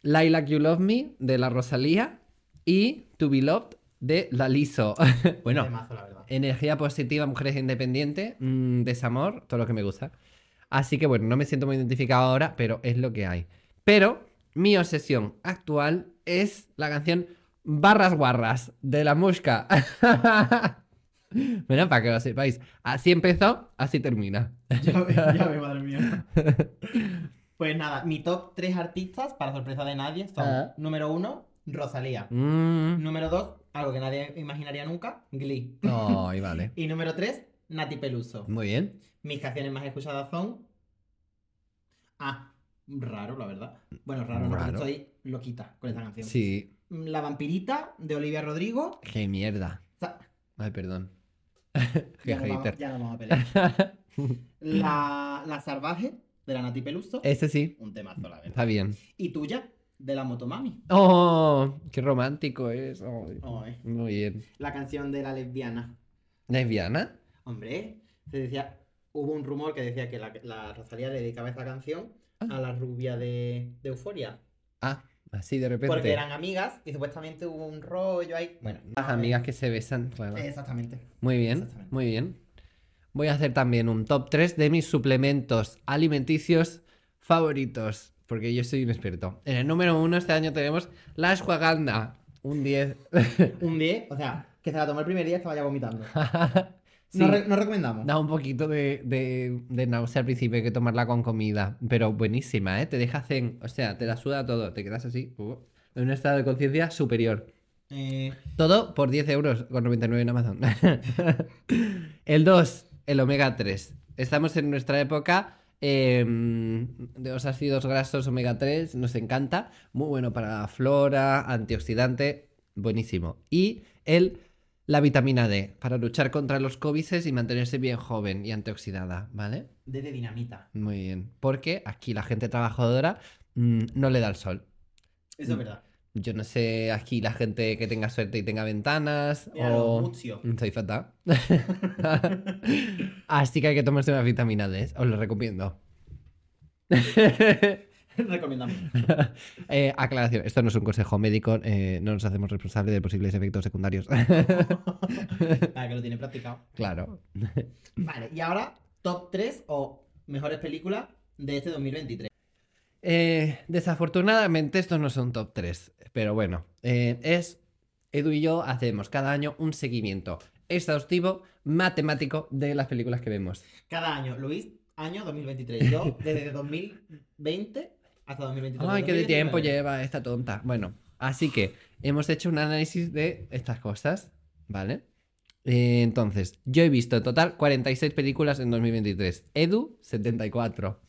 [SPEAKER 3] Lilac You Love Me de la Rosalía y To Be Loved de la Liso. bueno,
[SPEAKER 2] Temazo, la verdad.
[SPEAKER 3] energía positiva, mujeres independientes, mm, desamor, todo lo que me gusta. Así que bueno, no me siento muy identificado ahora, pero es lo que hay. Pero mi obsesión actual es la canción Barras Guarras de la Musca. bueno, para que lo sepáis. Así empezó, así termina.
[SPEAKER 2] Ya ve, ya ve, madre mía. Pues nada, mi top 3 artistas, para sorpresa de nadie, son
[SPEAKER 3] Ah.
[SPEAKER 2] número 1, Rosalía.
[SPEAKER 3] Mm.
[SPEAKER 2] Número 2, algo que nadie imaginaría nunca, Glee.
[SPEAKER 3] Ay, vale.
[SPEAKER 2] Y número 3, Nati Peluso.
[SPEAKER 3] Muy bien.
[SPEAKER 2] Mis canciones más escuchadas son. Ah, raro, la verdad. Bueno, raro, no, porque
[SPEAKER 3] Raro.
[SPEAKER 2] estoy loquita con esta canción. Mm,
[SPEAKER 3] Sí.
[SPEAKER 2] La vampirita de Olivia Rodrigo.
[SPEAKER 3] Qué mierda.
[SPEAKER 2] O sea,
[SPEAKER 3] Ay, perdón. Qué
[SPEAKER 2] ya, no vamos,
[SPEAKER 3] hater.
[SPEAKER 2] ya no vamos a pelear. La, la salvaje de la Nati Peluso.
[SPEAKER 3] Ese sí.
[SPEAKER 2] Un temazo, la verdad.
[SPEAKER 3] Está bien.
[SPEAKER 2] Y tuya, de la Motomami.
[SPEAKER 3] Oh, qué romántico es. Ay,
[SPEAKER 2] Oe.
[SPEAKER 3] Muy bien.
[SPEAKER 2] La canción de la lesbiana.
[SPEAKER 3] ¿Lesbiana?
[SPEAKER 2] Hombre, se decía. Hubo un rumor que decía que la, la Rosalía le dedicaba esta canción a la rubia de, de Euforia.
[SPEAKER 3] Ah, así de repente.
[SPEAKER 2] Porque eran amigas y supuestamente hubo un rollo ahí. Bueno,
[SPEAKER 3] Bueno, las amigas que se besan, claro.
[SPEAKER 2] Exactamente.
[SPEAKER 3] Muy bien,
[SPEAKER 2] Eh, exactamente.
[SPEAKER 3] muy bien. Voy a hacer también un top 3 de mis suplementos alimenticios favoritos, porque yo soy un experto. En el número 1 este año tenemos la ashwagandha, un 10.
[SPEAKER 2] Un 10, o sea, que se la tomó el primer día estaba ya vomitando.
[SPEAKER 3] Sí,
[SPEAKER 2] No, re- no recomendamos.
[SPEAKER 3] da un poquito de, de, de náusea al principio, hay que tomarla con comida, pero buenísima, ¿eh? Te deja zen, o sea, te la suda todo, te quedas así, uh, en un estado de conciencia superior.
[SPEAKER 2] Eh,
[SPEAKER 3] Todo por 10 euros con 99 en Amazon. el 2, el omega 3. Estamos en nuestra época em, de los ácidos grasos omega 3, nos encanta. Muy bueno para la flora, antioxidante, buenísimo. Y el, la vitamina D, para luchar contra los cóbices y mantenerse bien joven y antioxidada, ¿vale?
[SPEAKER 2] desde dinamita.
[SPEAKER 3] Muy bien. Porque aquí la gente trabajadora mm, no le da el sol.
[SPEAKER 2] Eso
[SPEAKER 3] Mm.
[SPEAKER 2] es verdad.
[SPEAKER 3] Yo no sé, aquí la gente que tenga suerte y tenga ventanas
[SPEAKER 2] Míralo,
[SPEAKER 3] o... Mm.
[SPEAKER 2] Muzio.
[SPEAKER 3] Soy fatal. Así que hay que tomarse unas vitaminas D, os lo recomiendo.
[SPEAKER 2] Recomendamos.
[SPEAKER 3] Eh, aclaración, esto no es un consejo médico, eh, no nos hacemos responsables de posibles efectos secundarios.
[SPEAKER 2] Para que lo tiene practicado.
[SPEAKER 3] claro.
[SPEAKER 2] Vale, y ahora, top 3 o mejores películas de este 2023.
[SPEAKER 3] Eh, desafortunadamente estos no son top 3, pero bueno, eh, es Edu y yo hacemos cada año un seguimiento exhaustivo, matemático de las películas que vemos.
[SPEAKER 2] Cada año, Luis, año 2023. Yo, desde 2020 hasta 2023.
[SPEAKER 3] Ay, qué de
[SPEAKER 2] 2019.
[SPEAKER 3] tiempo lleva esta tonta. Bueno, así que hemos hecho un análisis de estas cosas, ¿vale? Eh, entonces, yo he visto en total 46 películas en 2023. Edu, 74.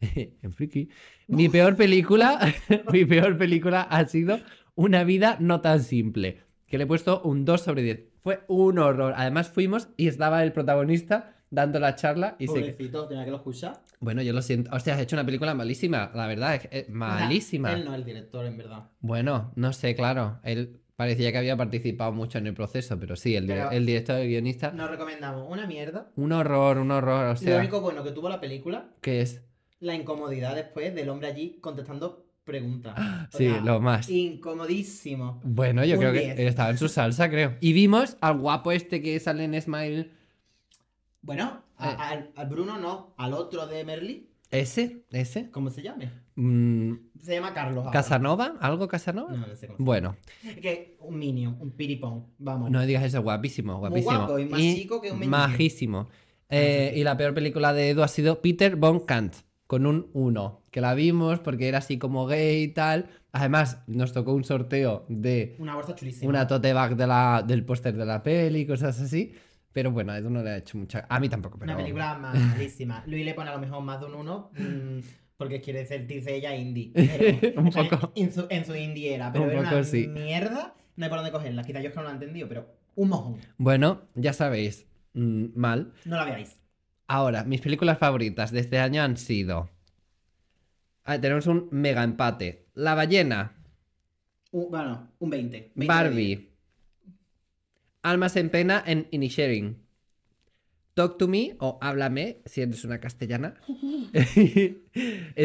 [SPEAKER 3] en friki. Mi peor película, mi peor película ha sido Una vida no tan simple, que le he puesto un 2 sobre 10. Fue un horror. Además fuimos y estaba el protagonista dando la charla y se...
[SPEAKER 2] Pobrecito, tenía que lo escuchar.
[SPEAKER 3] Bueno, yo lo siento. O sea, has hecho una película malísima, la verdad, es- es
[SPEAKER 2] O sea,
[SPEAKER 3] malísima.
[SPEAKER 2] él no es el director, en verdad.
[SPEAKER 3] Bueno, no sé, claro. Él parecía que había participado mucho en el proceso, pero sí, el, di-
[SPEAKER 2] Pero-
[SPEAKER 3] el director, el guionista.
[SPEAKER 2] Nos recomendamos una mierda.
[SPEAKER 3] Un horror, un horror. O
[SPEAKER 2] Lo
[SPEAKER 3] sea,
[SPEAKER 2] único bueno que tuvo la película,
[SPEAKER 3] que es.
[SPEAKER 2] la incomodidad después del hombre allí contestando preguntas. O
[SPEAKER 3] Ah, Sí,
[SPEAKER 2] sea,
[SPEAKER 3] lo más.
[SPEAKER 2] Incomodísimo.
[SPEAKER 3] Bueno, yo
[SPEAKER 2] un
[SPEAKER 3] creo que
[SPEAKER 2] 10.
[SPEAKER 3] él estaba en su salsa, creo. Y vimos al guapo este que sale en Smile.
[SPEAKER 2] Bueno, a-
[SPEAKER 3] Eh.
[SPEAKER 2] al, al Bruno no, al otro de Merly,
[SPEAKER 3] ¿Ese? ¿Ese?
[SPEAKER 2] ¿cómo se llame?
[SPEAKER 3] Mm,
[SPEAKER 2] Se llama Carlos. ahora.
[SPEAKER 3] ¿Casanova? ¿Algo Casanova?
[SPEAKER 2] No, no sé cómo se
[SPEAKER 3] Bueno,
[SPEAKER 2] llama. Que un minion, un piripón, vamos.
[SPEAKER 3] no digas eso, guapísimo,
[SPEAKER 2] Muy
[SPEAKER 3] guapísimo.
[SPEAKER 2] guapo y más chico que un menino.
[SPEAKER 3] Majísimo. Eh, y la peor película de Edu ha sido Peter Von Kant, con un 1, que la vimos porque era así como gay y tal. Además, nos tocó un sorteo de
[SPEAKER 2] Una bolsa chulísima.
[SPEAKER 3] una tote bag de la, del póster de la peli, cosas así. Pero bueno, a Edu no le ha hecho mucha. A mí tampoco, pero.
[SPEAKER 2] Una película malísima. Luis le pone a lo mejor más de un 1 porque quiere sentirse ella indie. Pero,
[SPEAKER 3] Un
[SPEAKER 2] o sea,
[SPEAKER 3] poco.
[SPEAKER 2] En su, en su indie era, pero
[SPEAKER 3] Un
[SPEAKER 2] era
[SPEAKER 3] poco,
[SPEAKER 2] una
[SPEAKER 3] sí.
[SPEAKER 2] mierda. No hay por dónde cogerla. Quizá yo es que no lo he entendido, pero un mojón.
[SPEAKER 3] Bueno, ya sabéis, mm, mal.
[SPEAKER 2] No la veáis.
[SPEAKER 3] Ahora, mis películas favoritas de este año han sido. Ah, tenemos un mega empate. La ballena,
[SPEAKER 2] Un- bueno, un 20. 20 de
[SPEAKER 3] Barbie,
[SPEAKER 2] 10.
[SPEAKER 3] Almas en pena en Inisharing. Talk to me o háblame si eres una castellana.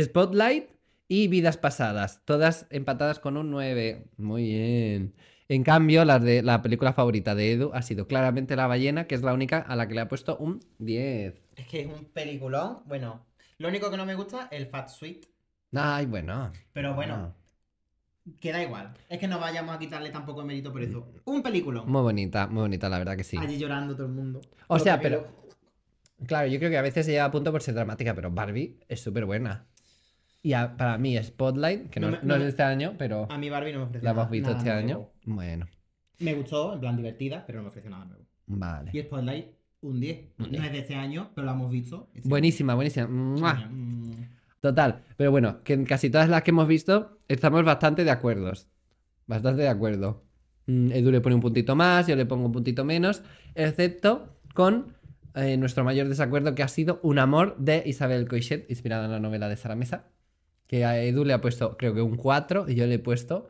[SPEAKER 3] Spotlight y vidas pasadas, todas empatadas con un 9. Muy bien. En cambio, la, de, la película favorita de Edu ha sido claramente La ballena, que es la única a la que le ha puesto un 10.
[SPEAKER 2] Es que es un peliculón. Bueno, lo único que no me gusta es el Fat Suite.
[SPEAKER 3] Ay, bueno.
[SPEAKER 2] Pero
[SPEAKER 3] Ah.
[SPEAKER 2] bueno, queda igual. Es que no vayamos a quitarle tampoco mérito por eso. Un peliculón.
[SPEAKER 3] Ah, Muy bonita, muy bonita, la verdad que Mm. sí.
[SPEAKER 2] Allí llorando todo el mundo.
[SPEAKER 3] O
[SPEAKER 2] Lo
[SPEAKER 3] sea,
[SPEAKER 2] que
[SPEAKER 3] pero-
[SPEAKER 2] veo-
[SPEAKER 3] Claro, yo creo que a veces se lleva a punto por ser dramática, pero Barbie es súper buena. Y a- para mí, Spotlight, que no,
[SPEAKER 2] No me-
[SPEAKER 3] no
[SPEAKER 2] no
[SPEAKER 3] es
[SPEAKER 2] me-
[SPEAKER 3] de este año, pero
[SPEAKER 2] A mí Barbie no me ofreció
[SPEAKER 3] la
[SPEAKER 2] nada-
[SPEAKER 3] hemos visto
[SPEAKER 2] nada
[SPEAKER 3] este
[SPEAKER 2] nuevo.
[SPEAKER 3] año. Bueno,
[SPEAKER 2] Me gustó, en plan divertida, pero no me ofreció nada nuevo.
[SPEAKER 3] vale.
[SPEAKER 2] Y Spotlight, un 10.
[SPEAKER 3] Un
[SPEAKER 2] No
[SPEAKER 3] 10.
[SPEAKER 2] es de este año, pero la hemos visto. Este
[SPEAKER 3] Buenísima, buenísima.
[SPEAKER 2] año.
[SPEAKER 3] ¡Mua!
[SPEAKER 2] Mm,
[SPEAKER 3] Total, pero bueno, que en casi todas las que hemos visto estamos bastante de acuerdo. Bastante de acuerdo. Mm, Edu le pone un puntito más, yo le pongo un puntito menos, excepto con eh, nuestro mayor desacuerdo que ha sido Un amor de Isabel Coixet, inspirada en la novela de Sara Mesa, que a Edu le ha puesto creo que un 4 y yo le he puesto...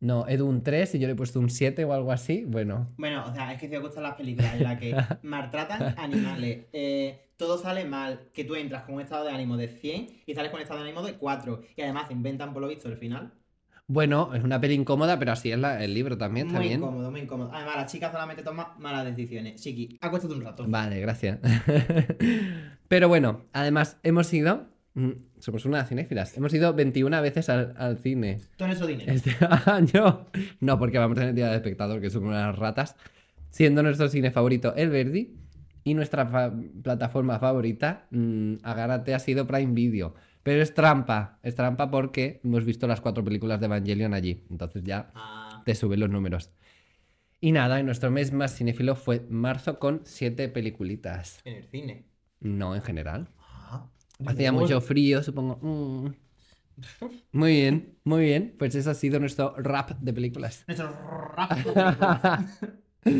[SPEAKER 3] No, Edu un 3 y yo le he puesto un 7 o algo así. Bueno,
[SPEAKER 2] Bueno, o sea, es que te gustan las películas en las que maltratan animales, eh, todo sale mal, que tú entras con un estado de ánimo de 100 y sales con un estado de ánimo de 4. Y además inventan, por lo visto, el final.
[SPEAKER 3] bueno, es una peli incómoda, pero así es la- el libro también.
[SPEAKER 2] muy
[SPEAKER 3] también.
[SPEAKER 2] incómodo, muy incómodo. Además, la chica solamente toma malas decisiones. Chiqui, acuéstate un rato.
[SPEAKER 3] Vale, gracias. Pero bueno, además hemos ido. mm, Somos una cinéfilas. Hemos ido 21 veces al, al cine
[SPEAKER 2] Todo eso dinero.
[SPEAKER 3] este año. No, porque vamos a tener día de espectador, que somos unas ratas. Siendo nuestro cine favorito El Verdi y nuestra fa- plataforma favorita, mm, agárrate, ha sido Prime Video. Pero es trampa. Es trampa porque hemos visto las cuatro películas de Evangelion allí. Entonces ya
[SPEAKER 2] Ah,
[SPEAKER 3] te suben los números. Y nada, en nuestro mes más cinéfilo fue marzo con siete peliculitas.
[SPEAKER 2] en el cine.
[SPEAKER 3] No, en general.
[SPEAKER 2] Ah,
[SPEAKER 3] Hacía
[SPEAKER 2] mejor.
[SPEAKER 3] mucho frío, supongo. Mm. Muy bien, muy bien. Pues ese ha sido nuestro rap de películas.
[SPEAKER 2] Nuestro rap.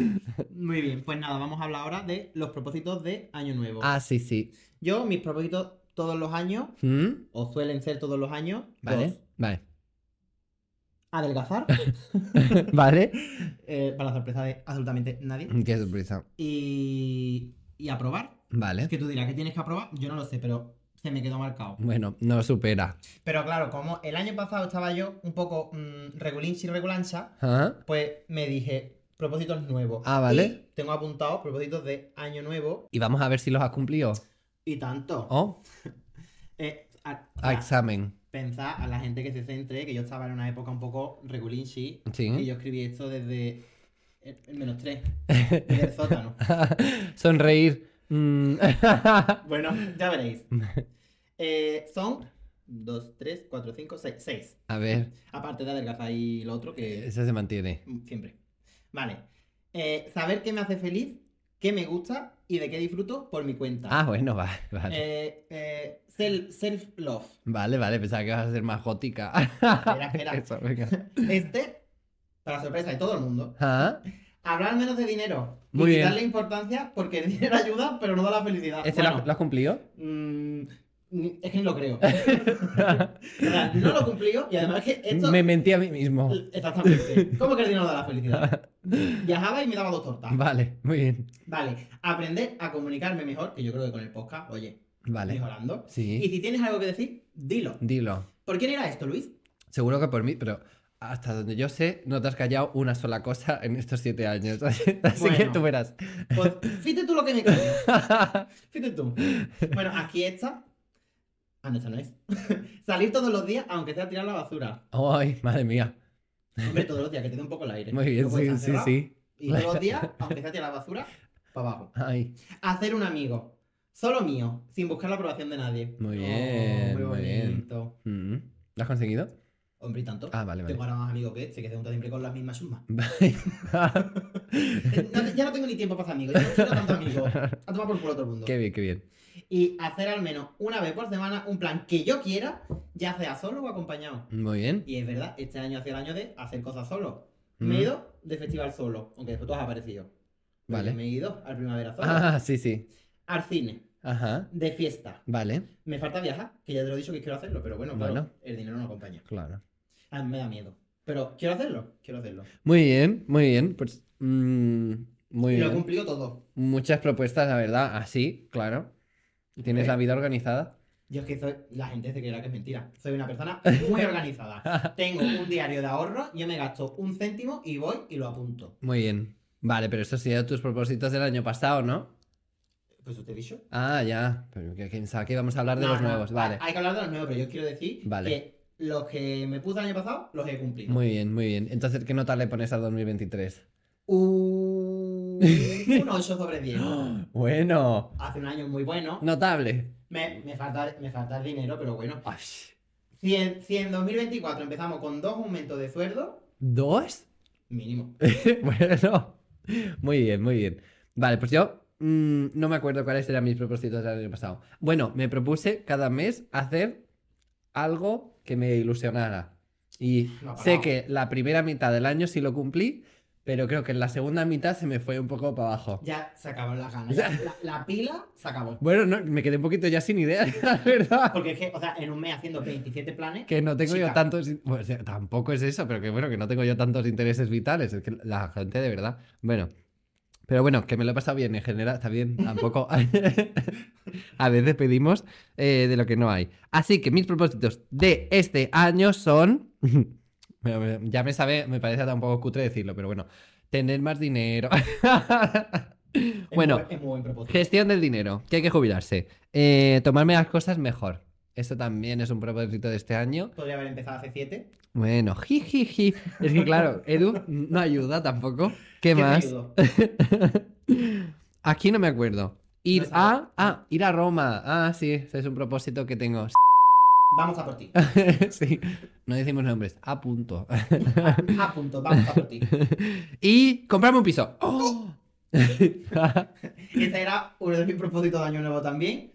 [SPEAKER 2] Muy bien, pues nada, vamos a hablar ahora de los propósitos de Año Nuevo.
[SPEAKER 3] Ah, sí, sí.
[SPEAKER 2] Yo, mis propósitos todos los años,
[SPEAKER 3] ¿Mm?
[SPEAKER 2] o suelen ser todos los años,
[SPEAKER 3] Vale,
[SPEAKER 2] dos,
[SPEAKER 3] vale.
[SPEAKER 2] adelgazar,
[SPEAKER 3] vale.
[SPEAKER 2] eh, para la sorpresa de absolutamente nadie,
[SPEAKER 3] Qué sorpresa.
[SPEAKER 2] y, y aprobar.
[SPEAKER 3] Vale.
[SPEAKER 2] Es que tú dirás, ¿qué tienes que aprobar? Yo no lo sé, pero se me quedó marcado.
[SPEAKER 3] Bueno, no supera.
[SPEAKER 2] Pero claro, como el año pasado estaba yo un poco mm, regulín sin regulancha,
[SPEAKER 3] Ajá.
[SPEAKER 2] pues me dije propósitos nuevos.
[SPEAKER 3] Ah, vale.
[SPEAKER 2] Y tengo apuntados propósitos de año nuevo
[SPEAKER 3] Y vamos a ver si los has cumplido.
[SPEAKER 2] y tanto.
[SPEAKER 3] Oh,
[SPEAKER 2] Eh, a-
[SPEAKER 3] a
[SPEAKER 2] a-
[SPEAKER 3] examen.
[SPEAKER 2] pensar a la gente que se centre, que yo estaba en una época un poco regulinchi, y
[SPEAKER 3] Sí.
[SPEAKER 2] yo escribí esto desde el, el menos tres, desde el sótano.
[SPEAKER 3] Sonreír. Mm.
[SPEAKER 2] Bueno, ya veréis. Eh, son 2, 3, 4, 5, 6, 6.
[SPEAKER 3] a ver,
[SPEAKER 2] Aparte de adelgazar y lo otro que
[SPEAKER 3] esa se mantiene.
[SPEAKER 2] mm, siempre. Vale. Eh, saber qué me hace feliz, qué me gusta y de qué disfruto por mi cuenta.
[SPEAKER 3] Ah, bueno, vale, vale.
[SPEAKER 2] Eh, eh, self- Self-love.
[SPEAKER 3] Vale, vale, pensaba que vas a ser más gótica. Ah.
[SPEAKER 2] espera.
[SPEAKER 3] Eso, venga.
[SPEAKER 2] este, para sorpresa de todo el mundo,
[SPEAKER 3] Ah,
[SPEAKER 2] Hablar menos de dinero.
[SPEAKER 3] Muy
[SPEAKER 2] y
[SPEAKER 3] bien.
[SPEAKER 2] quitarle importancia porque el dinero ayuda, pero no da la felicidad.
[SPEAKER 3] ¿Este lo,
[SPEAKER 2] Ah, Bueno,
[SPEAKER 3] has- lo has cumplido?
[SPEAKER 2] mm, ni- es que ni lo creo. O sea, no lo cumplió y además que esto.
[SPEAKER 3] Me mentí a mí mismo.
[SPEAKER 2] Exactamente. ¿Cómo que el dinero no da la felicidad? Viajaba y me daba dos tortas.
[SPEAKER 3] Vale, muy bien.
[SPEAKER 2] Vale. Aprender a comunicarme mejor, que yo creo que con el podcast, oye,
[SPEAKER 3] Vale.
[SPEAKER 2] mejorando. Y
[SPEAKER 3] Sí,
[SPEAKER 2] si tienes algo que decir, dilo.
[SPEAKER 3] dilo.
[SPEAKER 2] ¿Por quién era esto, Luis?
[SPEAKER 3] Seguro que por mí, pero hasta donde yo sé, no te has callado una sola cosa en estos siete años. Así que
[SPEAKER 2] Bueno.
[SPEAKER 3] tú verás.
[SPEAKER 2] Pues fíjate tú lo que me callo. Fíjate tú. Bueno, aquí está. Ah, no, esta no es. Salir todos los días, aunque sea a tirar la basura.
[SPEAKER 3] Ay, madre mía.
[SPEAKER 2] Hombre, todos los días, que te dé un poco el aire.
[SPEAKER 3] Muy bien,
[SPEAKER 2] No puedes
[SPEAKER 3] sí,
[SPEAKER 2] estar
[SPEAKER 3] sí,
[SPEAKER 2] cerrado.
[SPEAKER 3] sí.
[SPEAKER 2] Y todos los días, aunque sea a tirar la basura, para abajo.
[SPEAKER 3] Ay,
[SPEAKER 2] Hacer un amigo. Solo mío, sin buscar la aprobación de nadie.
[SPEAKER 3] Muy
[SPEAKER 2] Oh,
[SPEAKER 3] bien,
[SPEAKER 2] muy
[SPEAKER 3] muy bien.
[SPEAKER 2] bonito.
[SPEAKER 3] mm. ¿lo has conseguido?
[SPEAKER 2] Hombre, y tanto.
[SPEAKER 3] Ah, vale, vale.
[SPEAKER 2] Tengo ahora más amigos que este, que se junta siempre con las mismas sumas. No, ya no tengo ni tiempo para hacer amigos. Yo no quiero tanto amigos. A tomar por culo a todo el mundo.
[SPEAKER 3] qué bien, qué bien.
[SPEAKER 2] Y hacer al menos una vez por semana un plan que yo quiera, ya sea solo o acompañado.
[SPEAKER 3] Muy bien.
[SPEAKER 2] Y es verdad, este año hacía el año de hacer cosas solo.
[SPEAKER 3] Mm.
[SPEAKER 2] Me he ido de festival solo, aunque después tú has aparecido. Pero
[SPEAKER 3] Vale.
[SPEAKER 2] yo Me he ido al primavera solo.
[SPEAKER 3] Ah, sí, sí.
[SPEAKER 2] Al cine,
[SPEAKER 3] Ajá.
[SPEAKER 2] de fiesta.
[SPEAKER 3] Vale,
[SPEAKER 2] Me falta viajar, que ya te lo he dicho que quiero hacerlo, pero bueno, claro,
[SPEAKER 3] Bueno.
[SPEAKER 2] el dinero no acompaña.
[SPEAKER 3] claro.
[SPEAKER 2] A mí me da miedo. Pero quiero hacerlo, quiero hacerlo.
[SPEAKER 3] Muy bien, muy bien. Pues, mm, muy
[SPEAKER 2] y lo he
[SPEAKER 3] bien.
[SPEAKER 2] cumplido todo.
[SPEAKER 3] Muchas propuestas, la verdad. Así, claro. Tienes
[SPEAKER 2] Ok.
[SPEAKER 3] la vida organizada.
[SPEAKER 2] Yo es que soy, la gente se creerá que es mentira. Soy una persona muy organizada. Tengo un diario de ahorro, yo me gasto un céntimo y voy y lo apunto.
[SPEAKER 3] Muy bien. Vale, pero estos serían tus propósitos del año pasado, ¿no?
[SPEAKER 2] Pues usted dicho.
[SPEAKER 3] Ah, ya. Pero que pensaba que íbamos a hablar de
[SPEAKER 2] No,
[SPEAKER 3] los
[SPEAKER 2] no,
[SPEAKER 3] nuevos. Vale.
[SPEAKER 2] Hay que hablar de los nuevos, pero yo quiero decir
[SPEAKER 3] Vale.
[SPEAKER 2] que los que me puse el año pasado los he cumplido.
[SPEAKER 3] Muy bien, muy bien. Entonces, ¿qué nota le pones a 2023?
[SPEAKER 2] Un, un 8 sobre 10.
[SPEAKER 3] Bueno,
[SPEAKER 2] Hace un año muy bueno.
[SPEAKER 3] notable.
[SPEAKER 2] Me, me falta, me falta el dinero, pero bueno.
[SPEAKER 3] Ay,
[SPEAKER 2] Si en, si en 2024 empezamos con dos aumentos de sueldo,
[SPEAKER 3] ¿Dos?
[SPEAKER 2] mínimo.
[SPEAKER 3] Bueno, muy bien, muy bien. Vale, pues yo mm, no me acuerdo cuáles eran mis propósitos del año pasado. Bueno, me propuse cada mes hacer algo que me ilusionara. Y
[SPEAKER 2] No ha
[SPEAKER 3] sé
[SPEAKER 2] parado.
[SPEAKER 3] que la primera mitad del año sí lo cumplí, pero creo que en la segunda mitad se me fue un poco para abajo.
[SPEAKER 2] Ya se acabaron las ganas. ya la, la pila se acabó.
[SPEAKER 3] Bueno, no, me quedé un poquito ya sin idea, la verdad.
[SPEAKER 2] Porque es que, o sea, en un mes haciendo 27 planes,
[SPEAKER 3] Que no tengo yo
[SPEAKER 2] Chica.
[SPEAKER 3] tantos. in- bueno, o sea, tampoco es eso, pero que bueno, que no tengo yo tantos intereses vitales. Es que la gente de verdad. Bueno. Pero bueno, que me lo he pasado bien en general, está bien, tampoco. A veces pedimos eh, de lo que no hay. Así que mis propósitos de este año son. Bueno, me- ya me sabe, me parece hasta un poco cutre decirlo, pero bueno. Tener más dinero.
[SPEAKER 2] es,
[SPEAKER 3] bueno,
[SPEAKER 2] muy, buen- es muy buen propósito.
[SPEAKER 3] Gestión del dinero, que hay que jubilarse. Eh, tomarme las cosas mejor. Eso también es un propósito de este año.
[SPEAKER 2] Podría haber empezado hace 7.
[SPEAKER 3] Bueno, jijiji. Es que claro, Edu no ayuda tampoco. ¿Qué, más? Aquí no me acuerdo. Ir
[SPEAKER 2] No
[SPEAKER 3] a.
[SPEAKER 2] sabe.
[SPEAKER 3] Ah, ir a Roma. Ah, sí, ese es un propósito que tengo.
[SPEAKER 2] Vamos a por ti.
[SPEAKER 3] sí. No decimos nombres. A punto.
[SPEAKER 2] A, a punto, vamos a por ti.
[SPEAKER 3] y comprarme un piso. ¡Oh!
[SPEAKER 2] Este era uno de mis propósitos de año nuevo también,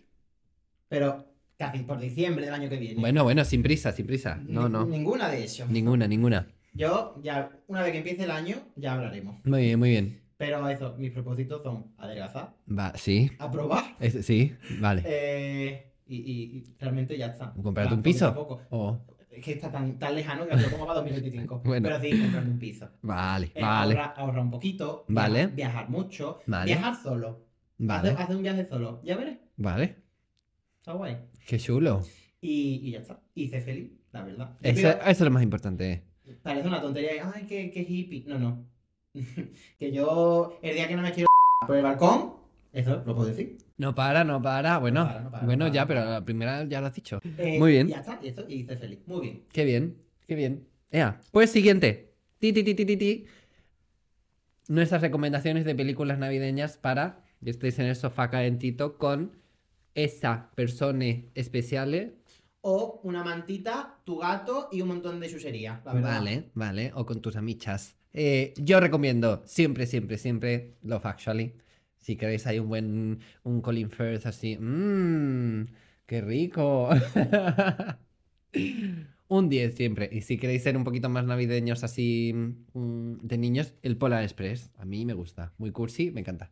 [SPEAKER 2] pero casi por diciembre del año que viene.
[SPEAKER 3] bueno, bueno, sin prisa, sin prisa. No,
[SPEAKER 2] Ni-
[SPEAKER 3] no.
[SPEAKER 2] Ninguna de ellos.
[SPEAKER 3] Ninguna, ninguna.
[SPEAKER 2] Yo, ya, una vez que empiece el año, ya hablaremos.
[SPEAKER 3] Muy bien, muy bien.
[SPEAKER 2] Pero eso, mis propósitos son adelgazar,
[SPEAKER 3] Va, sí.
[SPEAKER 2] aprobar,
[SPEAKER 3] Es- sí, vale.
[SPEAKER 2] eh, y, y- y realmente ya está.
[SPEAKER 3] Comprarte
[SPEAKER 2] Va,
[SPEAKER 3] Este. un piso.
[SPEAKER 2] poco a poco.
[SPEAKER 3] Oh,
[SPEAKER 2] Es que está tan, tan lejano que lo como para 2025.
[SPEAKER 3] Bueno.
[SPEAKER 2] Pero sí, comprarme un piso.
[SPEAKER 3] vale,
[SPEAKER 2] Eh,
[SPEAKER 3] vale,
[SPEAKER 2] ahorrar, ahorrar un poquito.
[SPEAKER 3] Vale.
[SPEAKER 2] Viajar, viajar mucho.
[SPEAKER 3] vale,
[SPEAKER 2] Viajar solo.
[SPEAKER 3] vale,
[SPEAKER 2] Hacer, hacer un viaje solo. Ya veré.
[SPEAKER 3] vale.
[SPEAKER 2] Está guay.
[SPEAKER 3] Qué chulo.
[SPEAKER 2] Y, y ya está. Y sé feliz, la verdad. Yo
[SPEAKER 3] Eso, eso
[SPEAKER 2] creo-
[SPEAKER 3] es lo más importante.
[SPEAKER 2] parece una tontería. Ay, qué, qué hippie. No, no. que yo, el día que no me quiero por el balcón, eso lo puedo decir.
[SPEAKER 3] No para, no para. Bueno,
[SPEAKER 2] para, no para, no
[SPEAKER 3] bueno,
[SPEAKER 2] para.
[SPEAKER 3] ya, pero la primera ya lo has dicho.
[SPEAKER 2] Eh,
[SPEAKER 3] Muy bien.
[SPEAKER 2] Y ya está. Y esto, y sé feliz. Muy bien.
[SPEAKER 3] Qué bien, qué bien. Ea, pues siguiente. Ti, ti, ti, ti, ti, ti. Nuestras recomendaciones de películas navideñas para que estéis en el sofá calentito con esa persona especial.
[SPEAKER 2] O una mantita, tu gato y un montón de chuchería, la verdad.
[SPEAKER 3] Vale, vale. O con tus amichas. Eh, yo recomiendo siempre, siempre, siempre Love Actually. Si queréis hay un buen, un Colin Firth así. Mmm, qué rico. un 10 siempre. Y si queréis ser un poquito más navideños así mm, de niños, el Polar Express. A mí me gusta. Muy cursi, me encanta.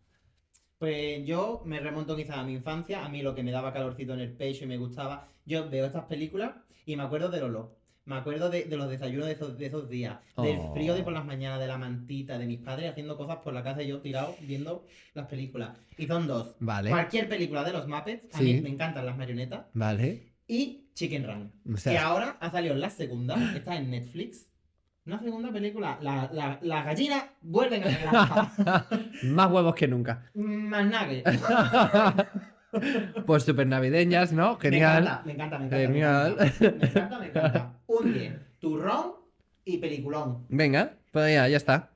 [SPEAKER 2] Pues yo me remonto quizás a mi infancia, a mí lo que me daba calorcito en el pecho y me gustaba. Yo veo estas películas y me acuerdo del olor. Me acuerdo de, de los desayunos de esos, de esos días, del
[SPEAKER 3] Oh.
[SPEAKER 2] frío de por las mañanas, de la mantita, de mis padres haciendo cosas por la casa y yo tirado viendo las películas. Y son dos.
[SPEAKER 3] Vale,
[SPEAKER 2] Cualquier película de los Muppets, a
[SPEAKER 3] Sí.
[SPEAKER 2] mí me encantan las marionetas,
[SPEAKER 3] vale.
[SPEAKER 2] y Chicken Run.
[SPEAKER 3] O
[SPEAKER 2] Que
[SPEAKER 3] sea,
[SPEAKER 2] ahora ha salido la segunda, está en Netflix. Una segunda película, la- la- las gallinas vuelven a la granja.
[SPEAKER 3] más huevos que nunca.
[SPEAKER 2] Más nuggets.
[SPEAKER 3] pues super navideñas, ¿no? Genial.
[SPEAKER 2] Me encanta, me encanta, me
[SPEAKER 3] Genial.
[SPEAKER 2] encanta. Me encanta, me encanta. Un 10. Turrón y peliculón.
[SPEAKER 3] Venga, pues ya, ya está.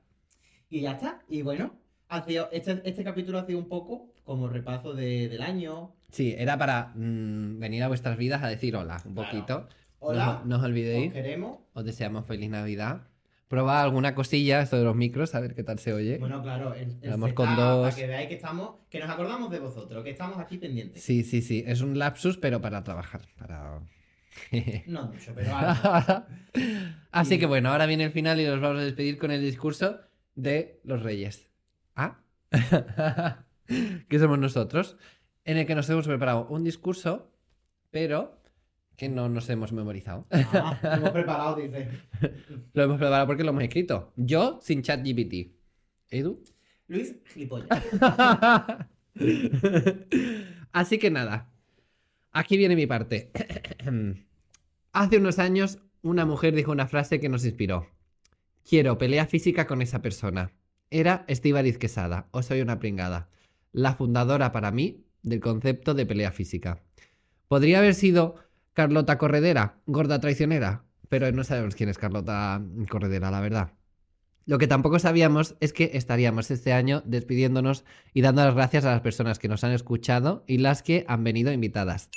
[SPEAKER 2] Y ya está. Y bueno, ha sido- este, este capítulo ha sido un poco como repaso de- del año.
[SPEAKER 3] Sí, era para mm, venir a vuestras vidas a decir hola, un
[SPEAKER 2] Claro.
[SPEAKER 3] poquito.
[SPEAKER 2] Hola.
[SPEAKER 3] No, no os olvidéis.
[SPEAKER 2] Os queremos.
[SPEAKER 3] Os deseamos feliz Navidad. Probad alguna cosilla, esto de los micros, a ver qué tal se oye.
[SPEAKER 2] Bueno, claro, el, el
[SPEAKER 3] Vamos
[SPEAKER 2] setup,
[SPEAKER 3] con dos.
[SPEAKER 2] para que veáis que estamos, que nos acordamos de vosotros, que estamos aquí pendientes.
[SPEAKER 3] Sí, sí, sí. Es un lapsus, pero para trabajar. Para.
[SPEAKER 2] No mucho, pero algo.
[SPEAKER 3] Así
[SPEAKER 2] Y-
[SPEAKER 3] que bueno, ahora viene el final y nos vamos a despedir con el discurso de los reyes. ¿Ah? que somos nosotros, en el que nos hemos preparado un discurso, pero que no nos hemos memorizado.
[SPEAKER 2] Ah, lo hemos preparado, dice.
[SPEAKER 3] Lo hemos preparado porque lo hemos escrito. Yo sin chat GPT. Edu.
[SPEAKER 2] Luis, gilipollas.
[SPEAKER 3] Así que nada, aquí viene mi parte. Hace unos años una mujer dijo una frase que nos inspiró. Quiero pelea física con esa persona. Era Estíbaliz Quesada, o soy una pringada, la fundadora para mí del concepto de pelea física. Podría haber sido Carlota Corredera, gorda traicionera, pero no sabemos quién es Carlota Corredera, la verdad. Lo que tampoco sabíamos es que estaríamos este año despidiéndonos y dando las gracias a las personas que nos han escuchado y las que han venido invitadas.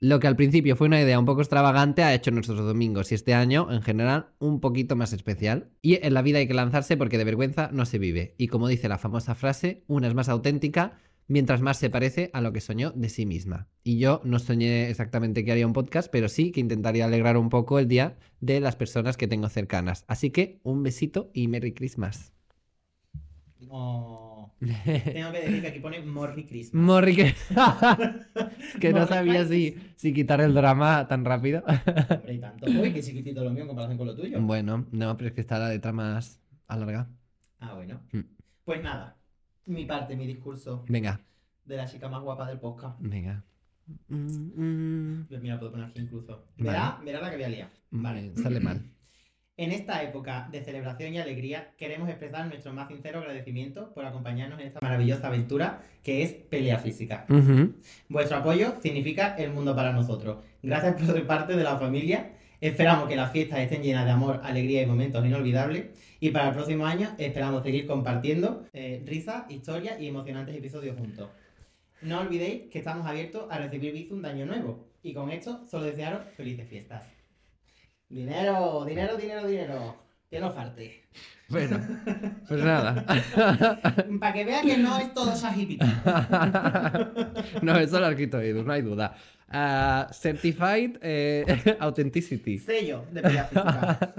[SPEAKER 3] Lo que al principio fue una idea un poco extravagante ha hecho nuestros domingos y este año en general un poquito más especial. Y en la vida hay que lanzarse porque de vergüenza no se vive. Y como dice la famosa frase, una es más auténtica mientras más se parece a lo que soñó de sí misma. Y yo no soñé exactamente que haría un podcast, pero sí que intentaría alegrar un poco el día de las personas que tengo cercanas. Así que un besito y Merry Christmas.
[SPEAKER 2] Oh. Tengo que decir que aquí pone Morri Christmas.
[SPEAKER 3] Morri que... Es que no
[SPEAKER 2] Morri
[SPEAKER 3] sabía si, si quitar el drama tan rápido.
[SPEAKER 2] Hombre, y tanto. Uy, qué chiquitito lo mío en comparación con lo tuyo.
[SPEAKER 3] bueno, no, pero es que está la letra más alargada.
[SPEAKER 2] Ah, bueno.
[SPEAKER 3] Mm.
[SPEAKER 2] Pues nada, mi parte, mi discurso
[SPEAKER 3] Venga,
[SPEAKER 2] de la chica más guapa del podcast.
[SPEAKER 3] venga. Mm, mm.
[SPEAKER 2] Pues Mira, puedo poner aquí incluso.
[SPEAKER 3] Vale.
[SPEAKER 2] Verá, verá la que voy a liar.
[SPEAKER 3] Vale, sale mal.
[SPEAKER 2] En esta época de celebración y alegría, queremos expresar nuestro más sincero agradecimiento por acompañarnos en esta maravillosa aventura que es pelea física.
[SPEAKER 3] Ujú.
[SPEAKER 2] Vuestro apoyo significa el mundo para nosotros. Gracias por ser parte de la familia. Esperamos que las fiestas estén llenas de amor, alegría y momentos inolvidables. Y para el próximo año esperamos seguir compartiendo eh, risas, historias y emocionantes episodios juntos. No olvidéis que estamos abiertos a recibir Bizum de año nuevo. Y con esto solo desearos felices fiestas. Dinero, dinero, dinero, dinero. Que no falte.
[SPEAKER 3] Bueno, pues nada.
[SPEAKER 2] Para que vean que no es todo sajipito.
[SPEAKER 3] no, eso lo ha escrito Edu, no hay duda. Ah, certified eh, Authenticity.
[SPEAKER 2] Sello de pelea física.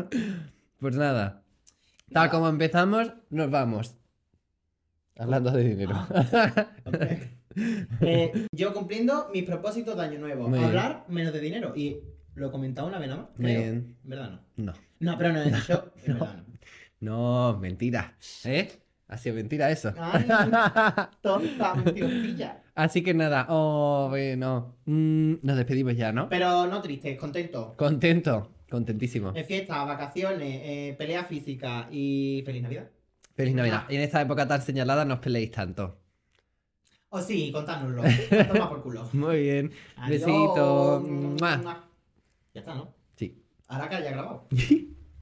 [SPEAKER 3] Pues nada. Tal como empezamos, nos vamos. Hablando de dinero.
[SPEAKER 2] Hombre. Eh, yo cumpliendo mis propósitos de año nuevo.
[SPEAKER 3] Muy bien.
[SPEAKER 2] hablar menos de dinero. Y lo he comentado una vez nada más.
[SPEAKER 3] Muy
[SPEAKER 2] creo.
[SPEAKER 3] bien.
[SPEAKER 2] En verdad no.
[SPEAKER 3] No.
[SPEAKER 2] No, pero no he dicho. en verdad no.
[SPEAKER 3] No, mentira. ¿Eh? Ha sido mentira eso.
[SPEAKER 2] Ay, tonta, mentirosilla.
[SPEAKER 3] Así que nada. Oh, bueno. Mm, nos despedimos ya, ¿no?
[SPEAKER 2] Pero no triste, contento.
[SPEAKER 3] Contento. Contentísimo.
[SPEAKER 2] En fiestas, vacaciones, eh, pelea física y feliz Navidad.
[SPEAKER 3] Feliz Navidad. Y en esta época tan señalada no os peleéis tanto.
[SPEAKER 2] O sí, contádnoslo. Toma por culo.
[SPEAKER 3] Muy bien.
[SPEAKER 2] Adiós.
[SPEAKER 3] Besito. Mua.
[SPEAKER 2] Ya está, ¿no?
[SPEAKER 3] Sí.
[SPEAKER 2] Ahora que haya grabado.